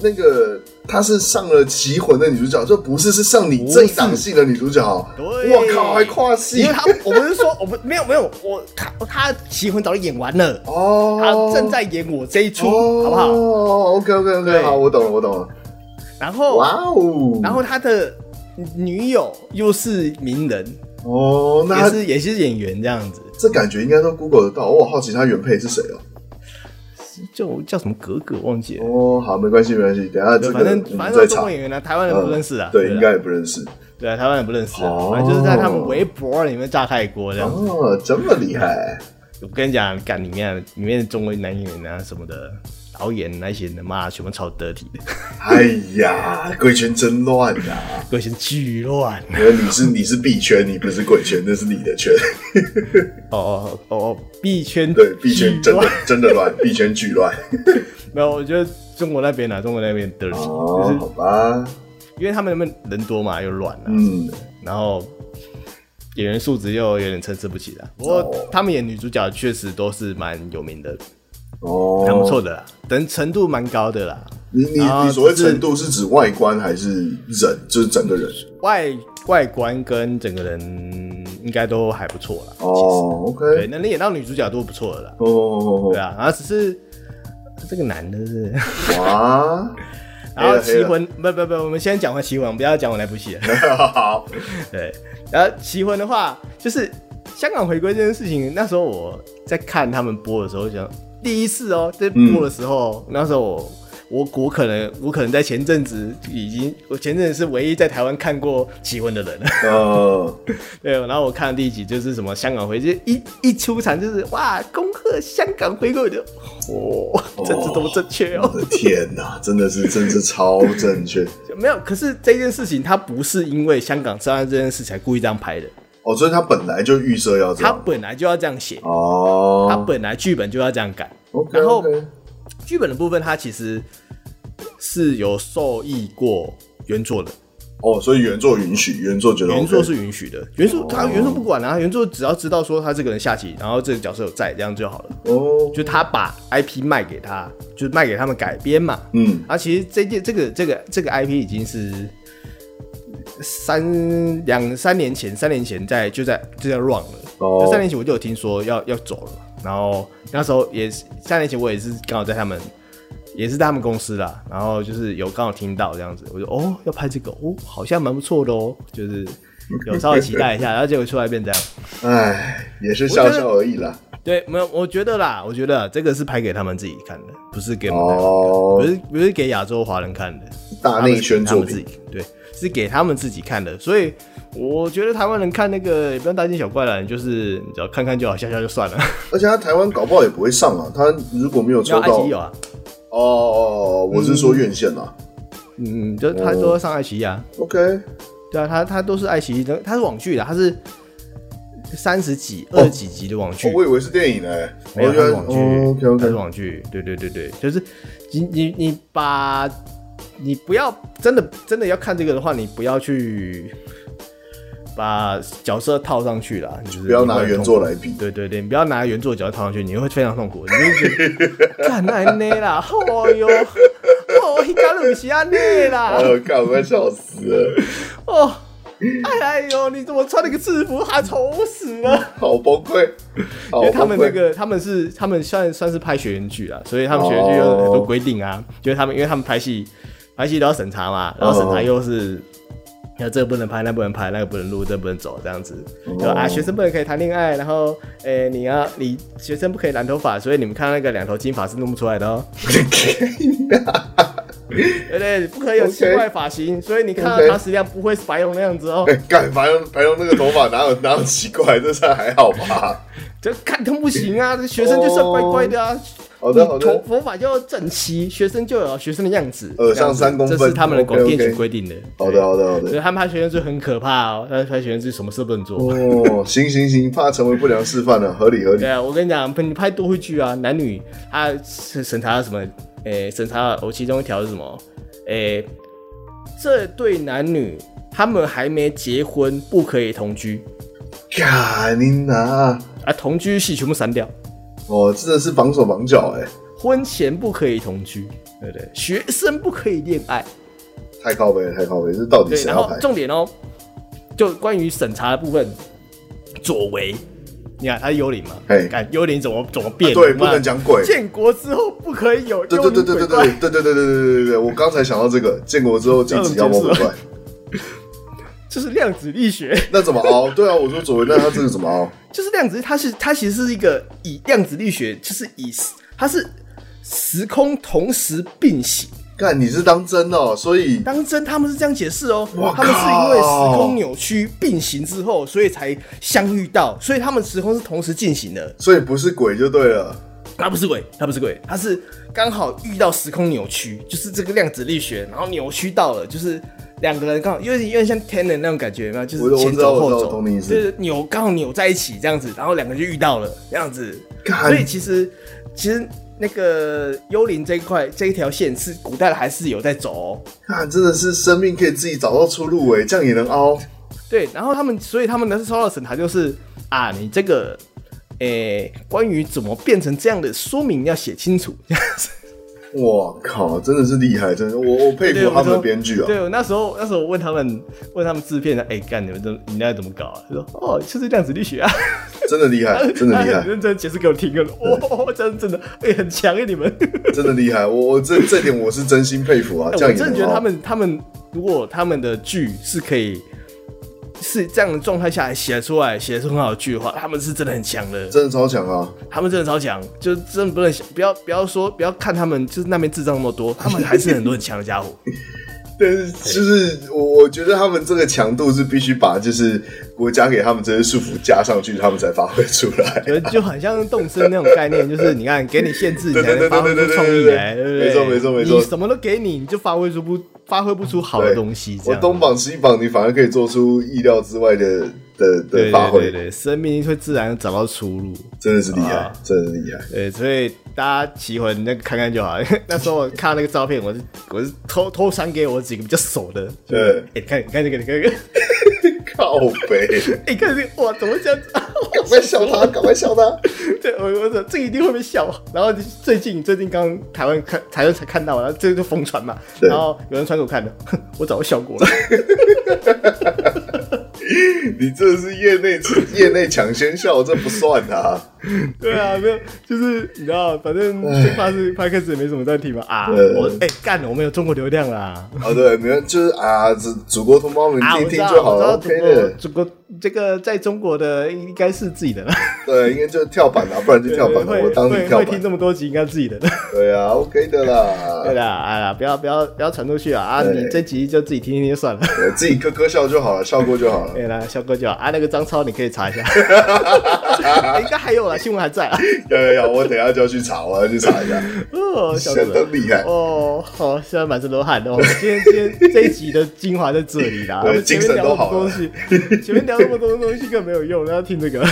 那个他是上了《棋魂》的女主角，这不是，是上你这一档戏的女主角。
对
我靠，还跨戏
因为他我不是说我们没有没有我他他棋魂早就演完了。
哦，
他正在演我这一出，
哦，
好不好？
？OK OK OK，
对
好，我懂了，我懂了。
然后，
哇哦，
然后他的女友又是名人，
哦，那
也
他
是也是演员这样子，
这感觉应该都 Google 得到。我好奇他原配是谁哦了。
就叫什么格格忘记了，
哦，好，没关系，没关系，等一下
对
这个
反正反
我们
正都
再
是
查嗯
中国。演员呢，台湾人不认识啊，
对，
啊
应该也不认识。
对啊，台湾人不认识啊
哦，
反正就是在他们微博里面炸开锅这样子。
哦，这么厉害，
我跟你讲，干里面啊里面的中国男演员啊什么的，导演那些的妈全部超得体的，
哎呀，贵圈真乱啊！
鬼神巨乱。
因为 你是你是币圈，你不是贵圈，那是你的圈。
哦哦哦哦，币圈
对，币圈
巨
真
乱
的真的乱，币圈巨 乱。
没有，我觉得中国那边啊，中国那边得体，就
哦，
是
好吧，
因为他们那边人多嘛，又乱啊，
嗯，
然后演员素质又有点参差不齐的。不过他们演女主角确实都是蛮有名的，
哦，
蛮不错的啦，等程度蛮高的啦。
你你
啊
你所谓
只是
程度是指外观还是人？就是整个人。
外外观跟整个人应该都还不错啦。
哦
对，
，OK，
能演到女主角都不错了啦。
哦哦，
对
哦
啊，然后只是这个男的是，
哦哇，
然后
黑
棋
了
魂不不不，我们先讲回棋魂，不要讲我那部戏 了。
好，
对，然后奇魂的话，就是香港回归这件事情，那时候我在看他们播的时候，想第一次哦，在播的时候，那时候我我我可能我可能在前阵子已经，我前阵子是唯一在台湾看过奇魂的人了。
呃，
对，然后我看了第一集就是什么香港回，就是一一出场就是哇，恭贺香港回归，我就哦哇、政治多么正确
我
哦。
的天哪，真的是政治超正确。
没有，可是这件事情它不是因为香港上岸这件事才故意这样拍的，
哦，所以他本来就预设要这
它
样。
本来就要这样写。
哦，
他本来剧本就要这样改。
OK，
然后
OK
剧本的部分，它其实是有受益过原作的，
哦，所以原作允许，原作觉得 OK
原作是允许的。原作他原作不管啊，原作只要知道说他这个人下棋，然后这个角色有在，这样就好了。
哦，
就他把 IP 卖给他，就是卖给他们改编嘛。
嗯，
啊，其实这件这个这个这个 IP 已经是三两三年前，三年前在就在就在 run 了。
哦
就三年前我就有听说要要走了，然后那时候也是三年前我也是刚好在他们也是在他们公司啦，然后就是有刚好听到这样子，我就哦要拍这个哦，好像蛮不错的哦，就是有稍微期待一下，然后结果出来变这样。
哎，也是笑笑而已啦。
对，没有，我觉得啦，我觉得这个是拍给他们自己看的，不是给我们台湾
哦
不，是不是给亚洲华人看的，
大内宣
他
作
们自
品
己，对，是给他们自己看的。所以我觉得台湾人看那个也不用大惊小怪了，你就是你只要看看就好，笑笑就 算了。
而且他台湾搞不好也不会上啊。他如果没有抽
要爱
到
奇艺，有啊，
哦哦，我是说院线啊。
嗯，就他
哦
都要上爱奇艺啊，
OK，
对啊，他他都是爱奇艺的，他是网剧的，他是三十几、二十几集的网剧
哦，我以为哦是电影呢。
没有，它是网剧，
OK
它是
OK，
网剧，对对对对，就是你你你把，你不要真的真的要看这个的话，你不要去把角色套上去啦，就是
不要
你
拿
会很
原
痛
作
苦。
来比。
对对对，你不要拿原作角色套上去，你会非常痛苦。你就觉得干那呢啦，哦哟，哦，伊卡鲁西亚内啦
哎，呦，看我快笑死了，
哦，哎哎呦，你怎么穿了个制服，还丑死了。
好崩溃，好
因为
崩
他们那
溃。
个他们是他们算算是拍学员剧啊，所以他们学员剧有很多规定
哦
啊，就是他们因为他们拍戏拍戏都要审查嘛，然后审查又是。那这个不能拍，那不能拍，那个不能录，这个不能走，这样子。
哦
就啊，学生不能可以谈恋爱，然后，诶、你要你学生不可以染头发，所以你们看那个两头金发是弄不出来的哦， 对不对？不可以有
OK
奇怪的发型，所以你看到
OK
他实际上不会是白龙那样子哦。
哎， 干白龙白龙那个头发哪有哪有奇怪，这算还好吧？
这看都不行啊，这学生就是
哦
要乖乖的啊。
好的
你
好的
头头发就要整齐，学生就有学生的样子，
呃
这样子
上三公分
这是他们的广
OK，OK
电局规定的。
好的好的好
对，所
的。
以他们拍学生就很可怕哦，他们拍学生就什么事都不能做。
哦，行行行，怕成为不良示范了，合理合 理
对。啊，我跟你讲，你拍都会剧啊，男女他审审查什么？诶、审查我其中一条是什么？诶、这对男女他们还没结婚，不可以同居
干你拿！
啊，同居戏全部删掉。
哦，真的是绑手绑脚哎、
婚前不可以同居，对不对？学生不可以恋爱，
太靠北了，太靠北了，这到底
对。
谁
然
要
后
拍？
重点哦，就关于审查的部分，左为，你看他是幽灵嘛
嘿，啊
看幽灵怎么怎么变，
对，
妈
不能。讲鬼。
建国之后不可以有
对
幽
对
灵鬼
对对对对
怪
对对对对对对对，我刚才想到这个，建国之后禁止妖魔鬼怪，
就是量子力学，
那怎么熬？对啊，我说左为，那他这个怎么熬？
就是量子，它是它其实是一个以量子力学，就是以它是时空同时并行。
干，你是当真哦，所以
当真，他们是这样解释哦
哇，
他们是因为
靠
时空扭曲并行之后，所以才相遇到，所以他们时空是同时进行的。
所以不是鬼就对了。
他不是鬼，他不是鬼，他是刚好遇到时空扭曲，就是这个量子力学，然后扭曲到了，就是两个人刚好有点有点像天人那种感觉嘛，就
我
是
我
前
知道
走后
我知道
走，
懂你意思
就是扭刚好扭在一起这样子，然后两个人就遇到了这样子，
干
所以其实其实那个幽灵这一块这一条线是古代的还是有在走、哦。
看，真的是生命可以自己找到出路哎，这样也能凹？
对，然后他们，所以他们呢是受到审查，就是啊，你这个，诶、关于怎么变成这样的说明要写清楚。
我靠，真的是厉害，真的，我我佩
对，
服
我
他们的
说
编剧啊。
对，我那时候那时候我问他们，问他们制片的，哎、干你们怎么你那怎么搞啊？他说哦，就是量子力学啊，
真的厉 害， 真的厉
他
害
很，认真解释给我听了，哦，真的真的，哎、很强哎、你们。
真的厉害，我我这这点我是真心佩服啊，
哎
这样
我
也
真的
能
觉得
凹
他。们他们如果他们的剧是可以。是这样的状态下来写出来，写出很好的剧的话，他们是真的很强的。
真的超强啊！
他们真的超强，就真的不能想，不要不要说，不要看他们就是那边智障那么多，他们还是很多很强的家伙。
但是就是我我觉得他们这个强度是必须把就是国家给他们这些束缚加上去，他们才发挥出 来。
就就很像动森那种概念，就是你看给你限 制，你才能发挥出创意来，对不对？
没错没错没错
你什么都给你，你就发挥出不发挥不出好的东西，这
我
样。
东绑西绑，你反而可以做出意料之外的的的
对
发
对
挥
对，对，生命会自然找到出路。
真的是厉害
啊，
真的是厉害。
对，所以大家骑回那个看看就好。 那时候我看到那个照片，我是我是偷偷传给我几个比较熟的，
对
哎、你看你看这个，你看这个，
靠背，
哎、你看这个，哇，怎么这样 子？啊、
赶快笑他，赶快笑他。
对，我我说这个一定会被笑。然后最近最近刚台湾看台湾才看到，然后这个就疯传嘛，
对
然后有人传给我看的， 哼我早就笑过了。
你这是业内业内抢先笑，这不算 啊。
对啊，没有，就是你知道，反正这怕是 p 开始也没什么在提嘛啊，
哎对
我哎干、我们有中国流量啦。
哦，对，没有，就是啊，祖祖国同胞们
啊，
听
我知
一听
道，
就好
我知道
了，OK
中国
的。
中国这个在中国的应该是自己的了，
对，应该就是跳板啊，不然就 跳板了，
会
我当你
会
跳
会听
板。
这么多集，应该自己的。
对啊，OK 的
对
啦，
啦，哎呀，不要不要不要传出去啊！啊，
对
你这集就自己听一听就算了。
对自己咯咯笑就好了，笑过就好了。
对啦，小哥就好啊，那个张超你可以查一 下，哎应该还有啦，新闻还在啊。
要要要，我等一下就要去查，我要去查一下，
哦，小哥
相当厉害。
哦，好，现在满身都汗哦。 今天今天这一集的精华在这里啦，
对
我们前面聊那么多东
精
西，前面聊那么多东西更没有用，然后听这个，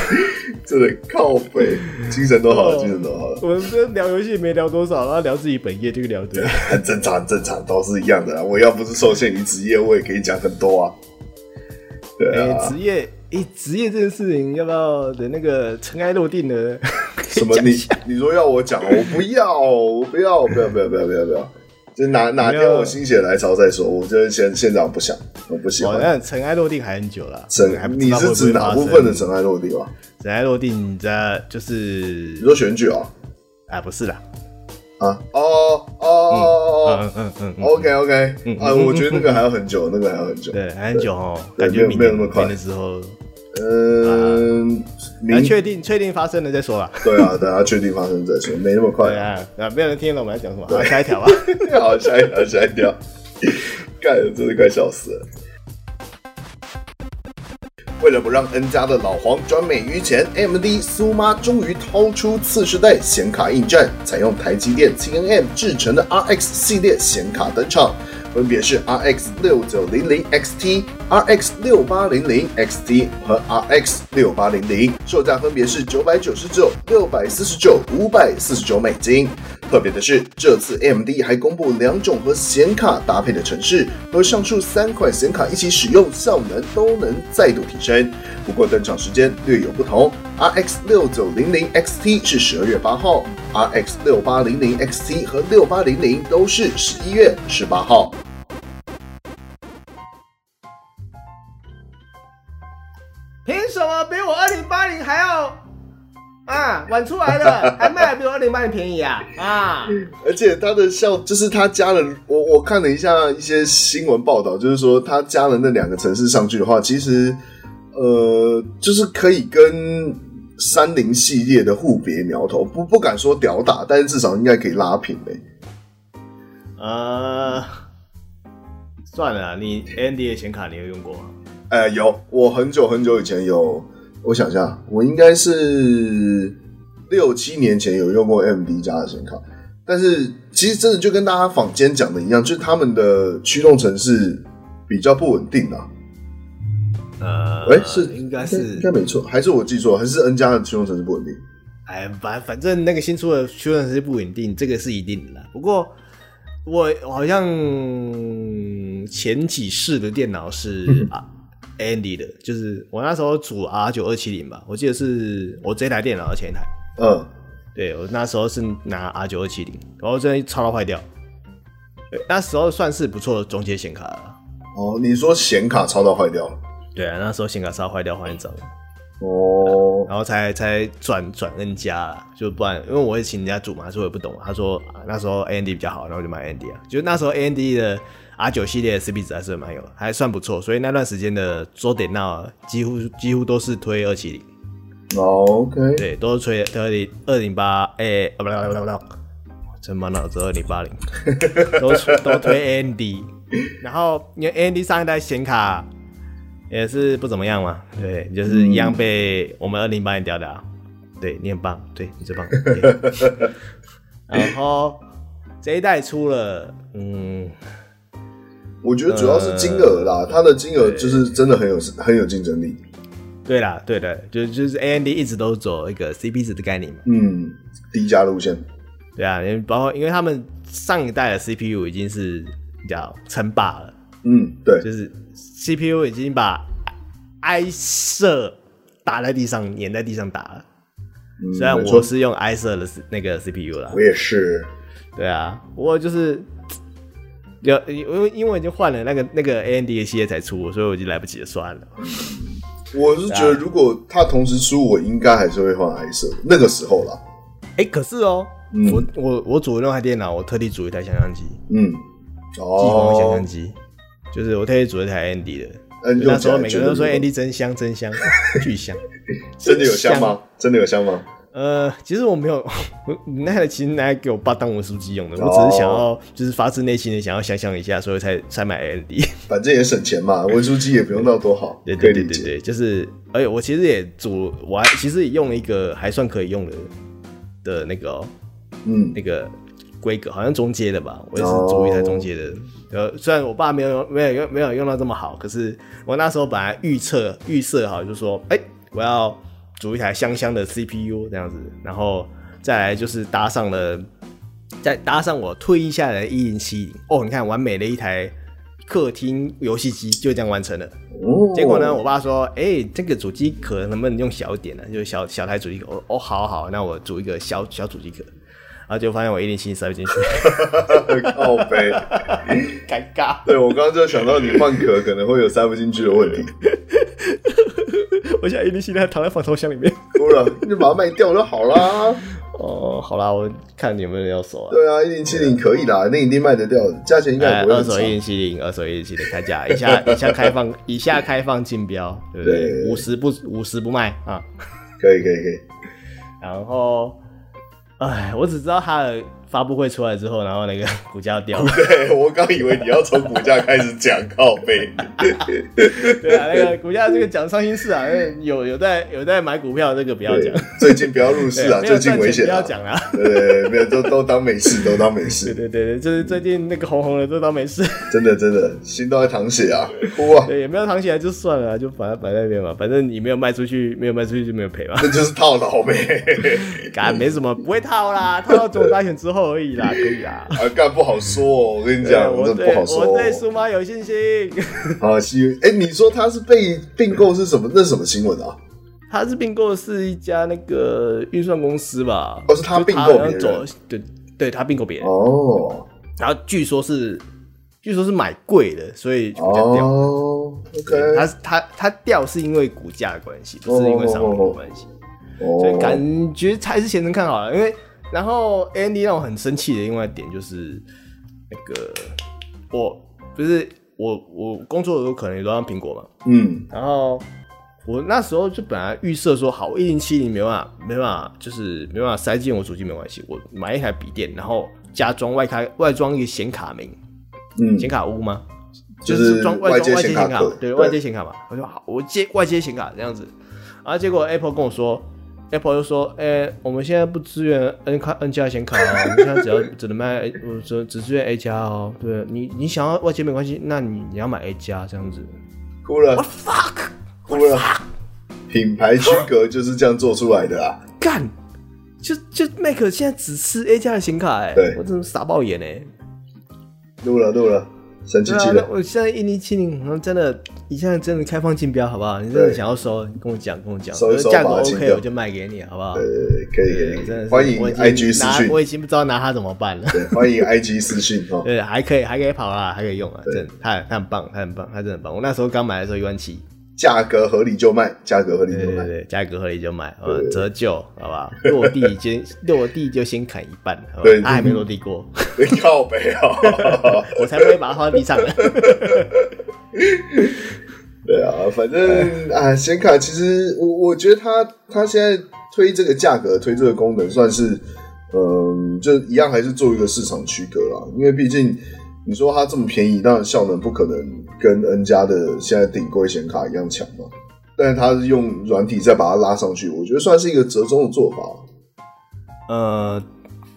真的靠背，精神都好了，
哦
精神都好了，
我们这聊游戏也没聊多少，然后聊自己本业就聊 对。
很正常，很正常，都是一样的啦。我要不是受限于职业，我也可以讲很多啊。对
哎
啊，，
职业，哎，职业这件事情要不要的那个尘埃落定呢？
什么你你说要我讲，我不要，我不要，不要，不要，不要，不要，不要。就哪哪天我心血来潮再说，我就是现现场不想，我不喜
哦，
欢。
那尘埃落定还很久了，
尘
还，不知
你
道会
是
不
指
会
哪
发
部
生
分的尘埃落地吗？
尘埃落定？你知道就
你
是
说选举啊？
啊，不是啦，
啊，哦哦哦
嗯嗯嗯
哦
嗯，
，OK OK，
嗯
啊，我觉得那个还要很久，那个还要很久。
对，还很久哦，
对
感觉明
没有
年
没有那么
明
快
年的时候，
嗯，
来
明
啊确定确定发生了再说啦。
对啊，等下确定发生再说，没那么快
对。啊，
哦
啊，没有人听得懂我们在讲什么。好，下一 条吧。
好，吓一跳，吓一跳， 干，真的快笑死了。为了不让 N 家的老黄专美于前，AMD 苏妈终于掏出次世代显卡应战，采用台积电 7nm 制成的 RX 系列显卡登场，分别是 RX 6 9 0 0 XT、RX 6 8 0 0 XT 和 RX 6 8 0 0，售价分别是999、649、549美金。特别的是，这次 AMD 还公布两种和显卡搭配的程式，和上述三款显卡一起使用，效能都能再度提升。不过登场时间略有不同，RX 6 9 0 0 XT 是十二月八号，RX 6 8 0 0 XT 和6 8 0 0都是十一月十八号。
凭什么比我二零八零还要啊晚出来的，还卖得比我二零八零便宜啊？ 啊，
而且它的效就是它加了，我我看了一下一些新闻报道，就是说它加了那两个城市上去的话，其实呃，就是可以跟三菱系列的互别苗头，不不敢说屌打，但是至少应该可以拉平诶、
呃，算了啊，你 Andy 的显卡你有用过吗？
呃，有，我很久很久以前有，我想一下，我应该是六七年前有用过 MD 家的显卡，但是其实真的就跟大家坊间讲的一样，就是他们的驱动程式比较不稳定啊。
呃，
哎、是
应该
应
是
该没错，还是我记错，还是 N 加的驱动程式不稳定？
哎，反反正那个新出的修正是不稳定，这个是一定的啦。不过我我好像前几世的电脑是啊 Andy 的，就是我那时候组 R 九二七零吧，我记得是我这台电脑的前一台。
嗯，
对我那时候是拿 R 九二七零，然后真的超到坏掉。对，那时候算是不错的中阶显卡了。
哦，你说显卡超到坏掉了？
对啊，那时候显卡超坏掉换一张，
哦，
然后才才转转 N 加啦，就不然因为我也请人家组嘛，所以我也不懂。他说、啊那时候 AMD 比较好，然后我就买 AMD 啊。就是那时候 AMD 的 R 九系列的 CP 值还是蛮有，还算不错。所以那段时间的桌点闹啊几乎几乎都是推二七零，
哦，OK，
对，都是推二零二零八，哎，啊不不不不不，真满脑子二零八零，都都推 AMD。然后因为 AMD 上一代显卡也是不怎么样嘛，对，就是一样被我们二零八零吊打。对你很棒，对你最棒。对然后这一代出了，嗯，呃
我觉得主要是金额啦，它的金额就是真的很有很有竞争力。
对啦，对的，就就是 A N D 一直都走一个 C P 值的概念嘛。
嗯，低价路线，
对啊，因为包括因为他们上一代的 C P U 已经是比较称霸了，
嗯，对，
就是 C P U 已经把 I 射打在地上，碾在地上打了。
嗯
虽然
没错
我是用 I 射的 C- 那个 C P U 啦
我，也是，
对啊，不过就是。有，因为因为我已经换了那个那个 A N D 的系列才出，所以我已经来不及了，算了。
我是觉得如果他同时出，我应该还是会换黑色，那个时候啦，
哎、可是哦，
嗯
我我我组那台电脑，我特地组一台想象机，
嗯，
激光想
哦
象，机，就是我特意组了一台 Andy 的。
嗯，
那
用起
时候
来
每个
觉
人
得
都说
如果
Andy 真香真 香，巨香。
真的有香吗？真的有香吗？
呃，其实我没有，我那台其实拿来给我爸当文书机用的，我
哦
只是想要就是发自内心的想要想想一下，所以才才买 E Andy。
反正也省钱嘛，文书机也不用到多好，
对
可
对
以
对
理
对
解。
对，就是，而且我其实也组，我还其实也用了一个还算可以用的的那个、哦、
嗯
那个规格，好像中阶的吧，我也是租一台中阶的。呃，虽然我爸没有用，没有用，没有用到这么好，可是我那时候本来预测预设好，就说，哎、我要组一台香香的 CPU 这样子，然后再来就是搭上了，再搭上我退役下来的一零七零，哦，你看完美的一台客厅游戏机就这样完成了。
哦
结果呢，我爸说：“哎、这个主机壳能不能用小一点呢、就是小小台主机壳。”我说：“哦，好好，那我组一个小小主机壳。”然后就发现我一零七塞不进去，
靠背，
尴尬。
对我刚刚就想到你换壳可能会有塞不进去的问题，
我想一零七它躺在防潮箱里面。
不然你就把它卖掉就好啦。
哦，好啦，我看你有没有人要收啊。
对啊，一零七零可以啦，那一定卖得掉的，价钱应该
哎
也不会
二
很
手
差。
一零七零，二手一零七零开价，以下以下开放，以下开放竞标，对不
对
对？五十不五十不卖啊。
可以可以可以，
然后，哎，我只知道它的发布会出来之后，然后那个股价掉了。
对我刚以为你要从股价开始讲靠背，
对啊，那个股价这个讲伤心事啊，那个有有在有在买股票这个不要
对
讲，，
最近不要入市啊，
对没有
最近
赚
危
钱
险
不要
啊。
讲啦。
对对对，没有都都当没事，都当没
对
事，
对对对，就是最近那个红红的这倒没 事，
真的真的心都在淌血啊，哭啊，
对，也没有躺起来就算了啊，就把它摆在那边嘛，反正你没有卖出去，没有卖出去就没有赔嘛，
这就是套牢呗。
干没什么，不会套啦，套到总统大选之后而已啦，可以啦。
啊，干不好说哦，我跟你
对，
讲，
我
真的
对
不好说、
我对
哦。
苏妈有信心，
啊，新哎、你说他是被并购是什么？那是什么新闻啊？
他是并购的是一家那个运算公司吧？
哦是他
就
并购
好像
别人
走，对对，他并购别人。
哦
然后据说是，据说是买贵了，所以股价掉。
哦，OK，
它是它它掉是因为股价的关系，不是因为商品的关系，所以
哦，
感觉还是前程看好了。因为然后 Andy 让我很生气的另外一点就是，那个我不是我我工作的时候可能也都用苹果嘛，
嗯
然后我那时候就本来预设说，好，一零七零没办法，没办法，就是没办法塞进我主机没关系，我买一台笔电，然后加装外开外装一个显卡名，
嗯
显，卡屋吗？
就是
是装外
外接
装外接
显卡
显卡
壳，对
对外接显卡嘛。我说好，我接外接显卡这样子，然后结果 Apple 跟我说，Apple 就说，哎、我们现在不支援 N 卡 N 加显卡哦，我们现在只要 只能卖 A，我只只支援 A 加哦。对你你想要外接没关系，那你你要买 A 加这样子。
哭了
fuck，
哭了，品牌区隔就是这样做出来的啊。
干！就就 Mac 现在只吃 A 加的显卡哎、
对
我真的傻爆眼哎、
录了录了，神奇
对
奇
啊，那
了，
我现在一零七零，然后真的，你现在真的开放竞标好不好？你真的
对
想要收，你跟我讲，跟我讲，
收一收
价格
把它清
OK，
掉
我就卖给你，好不好
呃？，可以可
真的
以，
是
欢迎
我已经
IG
拿
私讯，
我已经不知道拿它怎么办了。
对，欢迎 IG 私讯哦哈。
对， 还可以，还可以跑啊，还可以用啊，真的，他他很棒，他很棒，他真的很棒。我那时候刚买的时候一万七，
价格合理就卖，价格合理
对
就
对
卖。
对，价格合理就买，呃，折旧，好不好？落地先落地就先砍一半，好吧
对？
他还没落地过，
靠北啊！
我才不会把它放在地上呢。
对啊，反正啊，显卡其实我我觉得它它现在推这个价格、推这个功能，算是嗯，就一样还是做一个市场区隔啦。因为毕竟你说它这么便宜，当然效能不可能跟 N 加的现在顶规显卡一样强嘛。但是它是用软体再把它拉上去，我觉得算是一个折中的做法。
呃，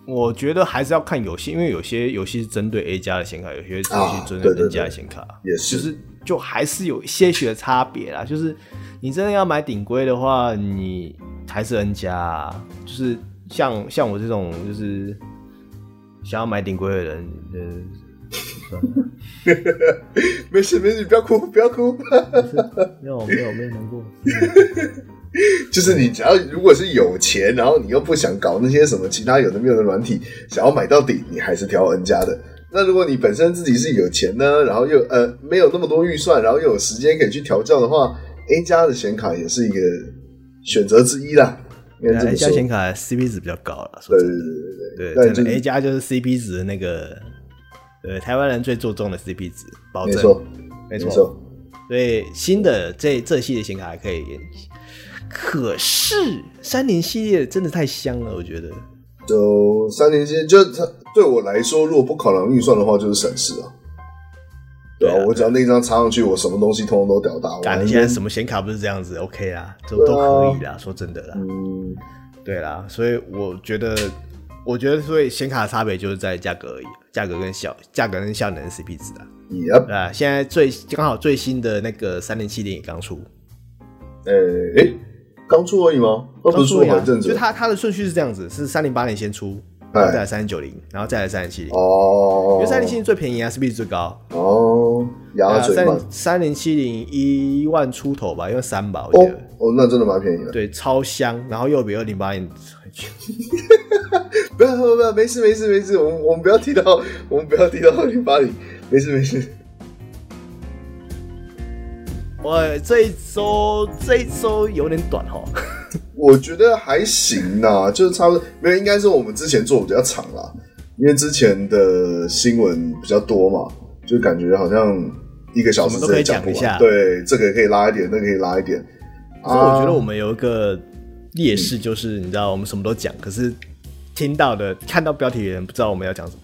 我觉得还是要看游戏，因为有些游戏是针对 A 加的显卡，有些游戏
啊
是针
对
对
啊对
N 加的显卡，
也是
就是就还是有些许的差别啦。就是你真的要买顶规的话，你还是 N 加、啊，就是像像我这种就是想要买顶规的人，呃，算了，
没事没事，你不要哭不要哭，
没有没有没有难过。
就是你只要如果是有钱，然后你又不想搞那些什么其他有的没有的软体，想要买到底，你还是挑 N 加的。那如果你本身自己是有钱呢，然后又呃没有那么多预算，然后又有时间可以去调教的话，A 加的显卡也是一个选择之一啦。应该这么
A
说
加。显卡 CP 值比较高了，说
对
真
对
的。
对
对，
对但
真
就是
的 A 加就是 CP 值的那个，对台湾人最注重的 CP 值，保
没
证
错，
没
没
错，
错。
所以新的这这系列显卡还可以延期，可是三菱系列真的太香了，我觉得。
就三年间，就它对我来说，如果不考量预算的话，就是省事啊。
对
对啊，
啊
我只要那张插上去，我什么东西通通都屌打。我
干，
还
你
是
现在什么显卡不是这样子？OK 啦，都
对啊
都可以啦，说真的啦，
嗯，
对啦，所以我觉得，我觉得，所以显卡的差别就是在价格而已，价格跟效，价格跟效能的 CP 值啦。
也哎
对啊，现在最刚好最新的那个三零七零也刚出，
哎，诶刚出而已吗？那不是出
刚出
了
呀
一阵子哎
就？它它的顺序是这样子，是三零八零先出，然后再来三零九零，然后再来三零七零。因
哦，
为三零七零最便宜啊，CP 值最高，
哦，牙嘴
啊三
嘛。
三零七零一万出头吧，因为三吧，我
哦
觉得、
哦，那真的蛮便宜的。
对，超香，然后又比二零八零，
不要不要不要，没事没事没事，我们我们不要提到，我们不要提到二零八零，没事没事。
我这一周这一周有点短哦，
我觉得还行啦，就是差不多没有，应该是我们之前做比较长啦，因为之前的新闻比较多嘛，就感觉好像一个小时
什么都可以
真的不
讲一下
完。对，这个可以拉一点，那个可以拉一点。啊
所以我觉得我们有一个劣势，就是你知道我们什么都讲，可是听到的看到标题的人不知道我们要讲什么。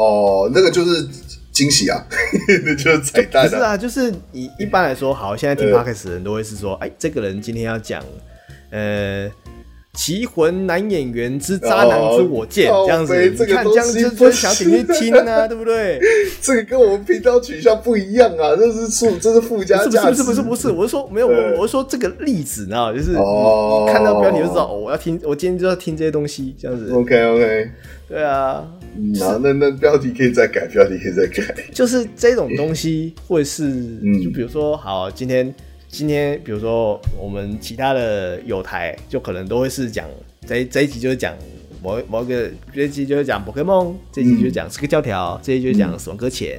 哦，那个就是惊喜啊， 那就是呃彩蛋
不是啊，就是以一般来说，好，现在听
对
podcast 的人都会是说，哎，这个人今天要讲，呃，
哦
奇魂男演员之渣男之我见、
哦
这样子，
靠北
你
这个
看
东
这样
西
子
不
就想点去
是
听啊，对不对？
这个跟我们频道取向不一样啊，这是附这是附加
不是
价
不
值，
是不是不是不是，我是说没有，
对
我我是说这个例子，你知道，就是你
哦
你看到标题就知道，哦，我要听，我今天就要听这些东西，这样子，
OK OK，
对啊，
嗯，好，那那标题可以再改，标题可以再改。
就是这种东西会是
嗯，
就比如说，好，今天今天比如说我们其他的有台，就可能都会是讲这这一集就是讲某某一个，这一集就是讲宝可梦，这一集就是讲刺客教条，这一集就是讲什么搁浅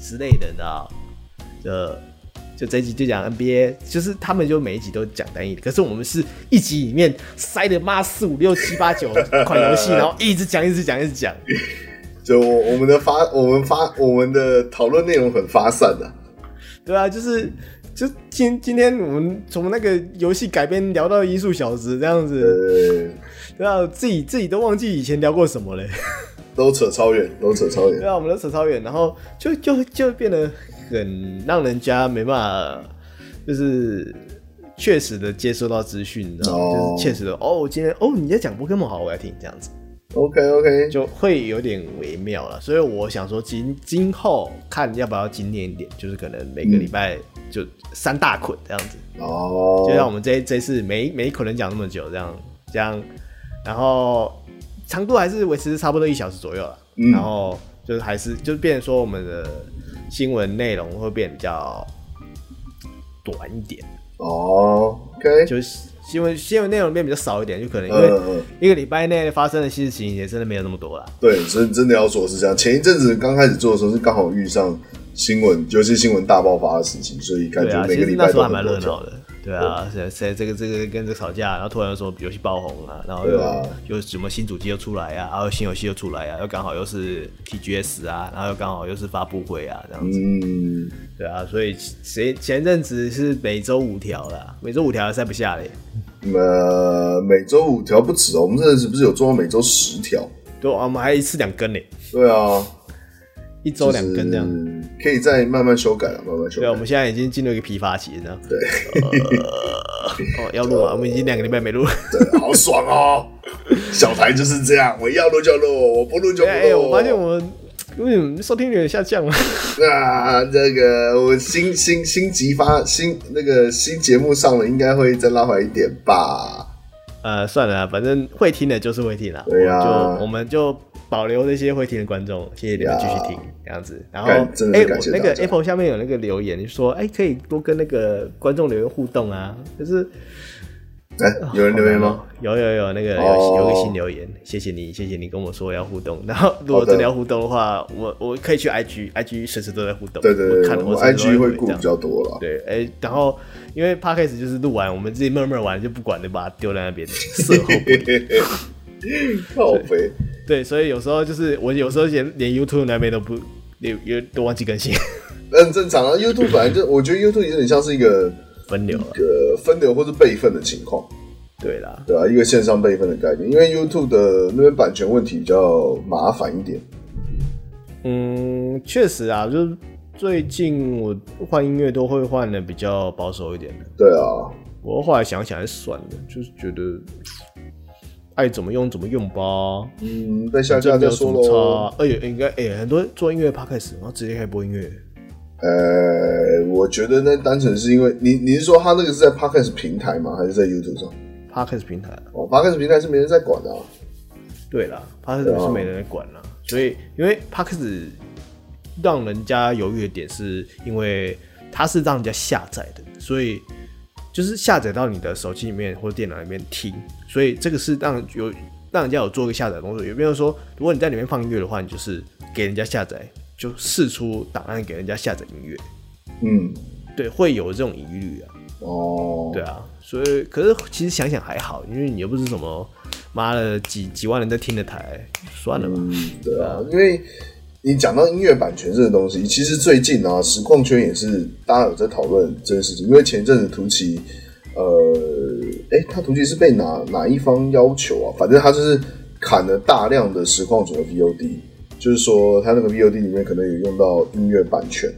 之类的，你知道？呃，就这一集就讲 NBA，就是他们就每一集都讲单一的，可是我们是一集里面塞的妈四五六七八九款游戏，然后一直讲一直讲一直讲，
就我我们的发我们发我们的讨论内容很发散的、
对啊，就是就今今天我们从那个游戏改编聊到艺术小子这样子，
呃，
对啊，自己自己都忘记以前聊过什么嘞，
都扯超远，都扯超
对
远。
啊，我们都扯超远，然后就就就变得很让人家没办法，就是。确实的接收到资讯，你知道吗？
哦
就是确实的哦，今天哦你在讲 p o k e 好，我要听这样子，
OK OK，
就会有点微妙了。所以我想说今今后看要不要精炼一点，就是可能每个礼拜就三大捆这样子。
哦，
就像我们这一这一次每每一口人讲那么久，这样这样，然后长度还是维持差不多一小时左右了。
嗯
然后就是还是就是变成说我们的新闻内容会变比较短一点，
哦，OK，
就是新闻新闻内容变比较少一点，就可能因
嗯
为
嗯，
一个礼拜内发生的事情也真的没有那么多了。
对，真真的要说是这样。前一阵子刚开始做的时候，是刚好遇上新闻，尤其新闻大爆发的时期，所以感
对
觉
啊，
每
其
个
实
礼
那
拜
时
都
候还
很
蛮热
多
闹
种。
的。对啊，谁谁这个这个跟这个吵架，然后突然又说游戏爆红了，然后
对啊
又又什么新主机又出来啊，然后新游戏又出来啊，又刚好又是 TGS 啊，然后又刚好又是发布会啊，这样子。
嗯，
对啊，所以前前阵子是每周五条啦，每周五条还塞不下嘞。
呃，每周五条不止哦，我们这是不是有做到每周十条？
对啊，我们还一次两根嘞，
对啊，
一周两根这样。
就是可以再慢慢修改了，慢慢修
对啊，我
改。
们现在已经进入一个疲乏期，这样。对。哦，要录啊，我们已经两个礼拜没 录了。
对，好爽哦！小台就是这样，我要录就录，我不录就不
哎、哎
录。
我发现我们为什么收听率有点下降了？
啊，这个我新新新集发新那个新节目上了，应该会再拉回来一点吧？
呃，算了啊，反正会听的就是会听啦。
对啊
我就我们就保留那些会听的观众，谢谢你们继续听这样子。然后，哎
感真的是感
我
谢
那个
大家
Apple 下面有那个留言说，哎、可以多跟那个观众留言互动啊。就是
哎、有人留言吗？？
有有有，那个有、
哦
有个新留言，谢谢你，谢谢你跟我说要互动。然后如果真的要互动的话，我我可以去 IG，IG 随时都在互动。
对对
我
对，
看了
我
随时都
IG 会
回
顾
这
比
样
较多了。
对，哎、然后因为 podcast 就是录完，我们自己默默完就不管了，把它丢在那边，事后不理
靠北，
对，所以有时候就是我有时候连连 YouTube 那边都不也也都忘记更新
很正常啊。YouTube 本来就，我觉得 YouTube 有点像是一个
分流了。
呃分流或是备份的情况，
对啦，
对吧、一个线上备份的概念，因为 YouTube 的那边版权问题比较麻烦一点。
嗯，确实啊，就是最近我换音乐都会换的比较保守一点的。
对啊，
我后来想想还是算了，就是觉得爱怎么用怎么用吧，
嗯，再下
这
架
没
再
有什
说
么
喽。
差。哎、呦，应该哎、很多做音乐 podcast，然后直接开始播音乐。
呃，我觉得那单纯是因为你你是说他那个是在 Podcast 平台吗？还是在 YouTube 上？
Podcast 平台，啊
哦，Podcast 平台是没人在管的、啊。
对啦 p a r k
啊
e 是没人管啦，所以因为 p a r k e 让人家犹豫的点是因为它是让人家下载的，所以就是下载到你的手机里面或电脑里面听，所以这个是让有让人家有做一个下载的动作。有没有说，如果你在里面放音乐的话，你就是给人家下载，就试出档案给人家下载音乐，
嗯，
对，会有这种疑虑啊。
哦，
对啊，所以可是其实想想还好，因为你又不是什么妈的几几万人在听的台，算了吧。
嗯，对啊，因为你讲到音乐版权这个东西，其实最近啊，实况圈也是大家有在讨论这件事情，因为前阵子图奇，呃，哎、他图奇是被哪哪一方要求啊？反正他就是砍了大量的实况组的 VOD，就是说他那个 VOD 里面可能有用到音乐版权，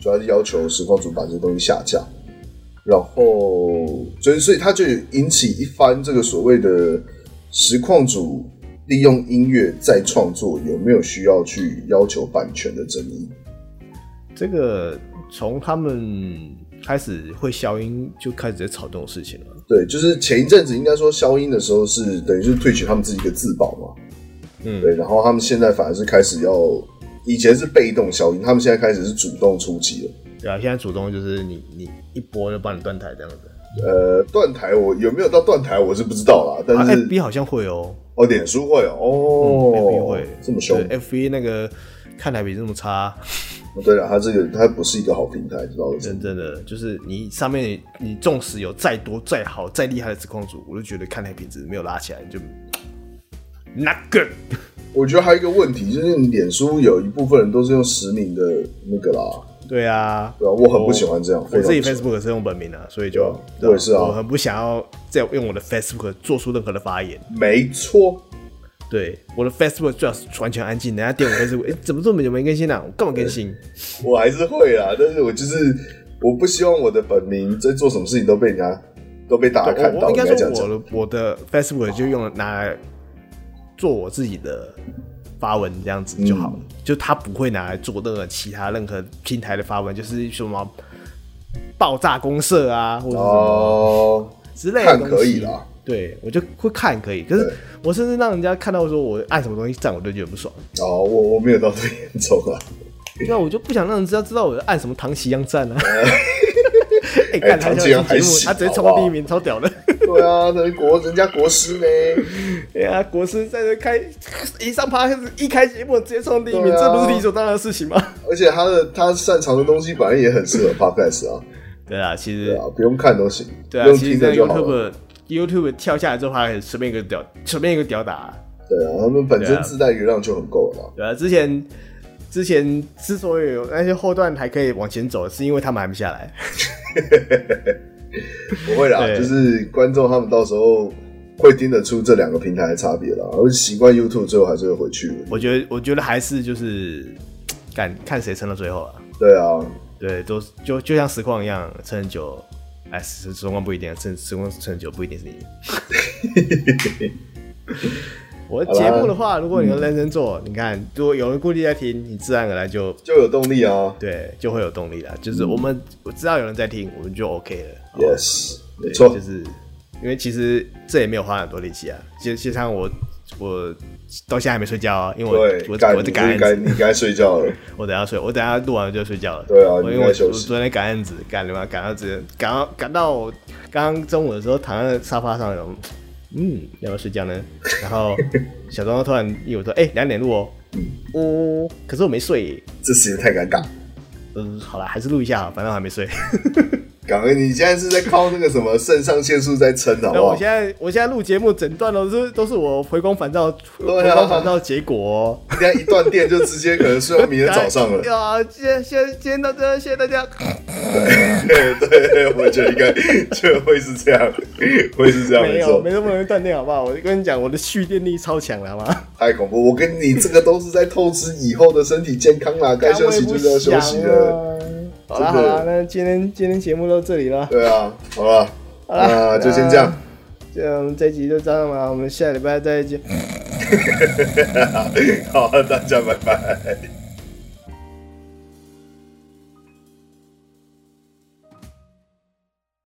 主要是要求实况组把这个东西下架。然后，所以所以他就引起一番这个所谓的实况组利用音乐再创作有没有需要去要求版权的争议。
这个从他们开始会消音就开始在吵这种事情了。
对，就是前一阵子应该说消音的时候是等于是退取他们自己一个自保嘛，
嗯
对，然后他们现在反而是开始要，以前是被动消音，他们现在开始是主动出击了。
对啊，现在主动就是你你一波就帮你断台这样子。
呃，断台我有没有到断台我是不知道啦，但
啊
是、
，FB 好像会哦、
哦，脸书会哦，
f b 会
这么凶，
对，FB 那个看台比这么差，
哦对了，它这个它不是一个好平台，知道的。
真正的就是你上面你你纵使有再多再好再厉害的实况组，我就觉得看台品质没有拉起来就 not good。
我觉得还有一个问题就是，脸书有一部分人都是用实名的那个啦，
对啊，
对啊，我很不喜欢这样。
我自己
非常不喜
Facebook 是用本名的、所以就
对啊我也是啊
我很不想要再用我的 Facebook 做出任何的发言。
欢没错，
对，我的 Facebook 最好是完全安静，人家点我 Facebook，哎、怎么这么久没更新了、我干嘛更新？
我还是会啦，但是我就是我不希望我的本名在做什么事情都被人家都被大家
我
看
我
到，
应该
该这
说
样
我
讲。
的我的 Facebook 就用拿来做我自己的发文这样子就好了，
嗯
就它不会拿来做任何其他任何平台的发文，就是什么爆炸公社啊，或者是什么
哦，
之类的啊东西
看可以啦。
对，我就会看可以，可是
对
我甚至让人家看到说我按什么东西赞，我都觉得不爽。
哦，我我没有到这么严重啊。
对啊，我就不想让人家知道我按什么唐奇阳赞啊。 哎，干他
唐
这
奇
节
阳还
目，
行
他直接冲
好不好
第一名，超屌的。
对啊，那国人家国师呢？
哎呀，国师在这开一上趴一开节目直接冲第一名，
对啊
这不是理所当然的事情吗？
而且他的他擅长的东西本来也很适合 podcast 啊，
对啊，其
对
实
啊，不用看都行，
对啊，
不用
其实
听
在
的就好
YouTube
了。
YouTube 跳下来之后，还随便一个屌，随便一个屌打。
对啊，他们本
对
身
啊
自带流量就很够了啦。
对啊，之前之前之所以有那些后段还可以往前走，是因为他们还没下来。
不会啦，
对
就是观众他们到时候会听得出这两个平台的差别啦。而习惯 YouTube 最后还是会回去的。
我觉得，我觉得还是就是看看谁撑到最后啊。
对啊，
对，都是就就像实况一样，撑很久，哎，实实况不一定，撑实况撑很久不一定是你。 我
好
的
啦
节目的话，如果你能认真做，你看，如果有人固定在听，你自然而然就
就有动力啊。
对就会有动力了。就是我们、我知道有人在听，我们就 OK 了。
Yes，没
对，
错
就，是因为其实这也没有花很多力气啊。就就像我我到现在还没睡觉啊，因为我
对，
我
干
我在
你
赶案
该
子，
你该睡觉了。
我等下睡，我等下录完就睡觉了。
对啊
我
你
因为我
该休
我
息
昨天赶案子，赶了嘛，赶到直接赶到赶到我刚刚中午的时候躺在沙发上有。嗯，要不要睡觉呢？然后小庄突然一我说：“哎、两点录哦。”
嗯
哦，可是我没睡耶。
这时间太尴尬。
嗯，好了，还是录一下好，反正我还没睡。
感恩你现在是在靠那个什么肾上腺素在撑，好不
那我
好
现？在我现在录节目整段都是都是我回光返照，回
啊
光返照结果、
现在一断电就直接可能睡到明天 早上 了。
对啊，今天先今天到这，谢谢大家。
对 对，我觉得应该就会是这样，会是这样，
没有，
错
没。那么容易断电，好不好？我就跟你讲，我的蓄电力超强了，好吗？
太恐怖！我跟你这个都是在透支以后的身体健康 啦，该休息就是要休息的。
了。啊好啦好
真的
啦，那今天今天节目到这里了，
对啊，好了，
好啦
那啊就先这样。
这样我们这集就这样吧，我们下礼拜再见。
好，大家拜拜。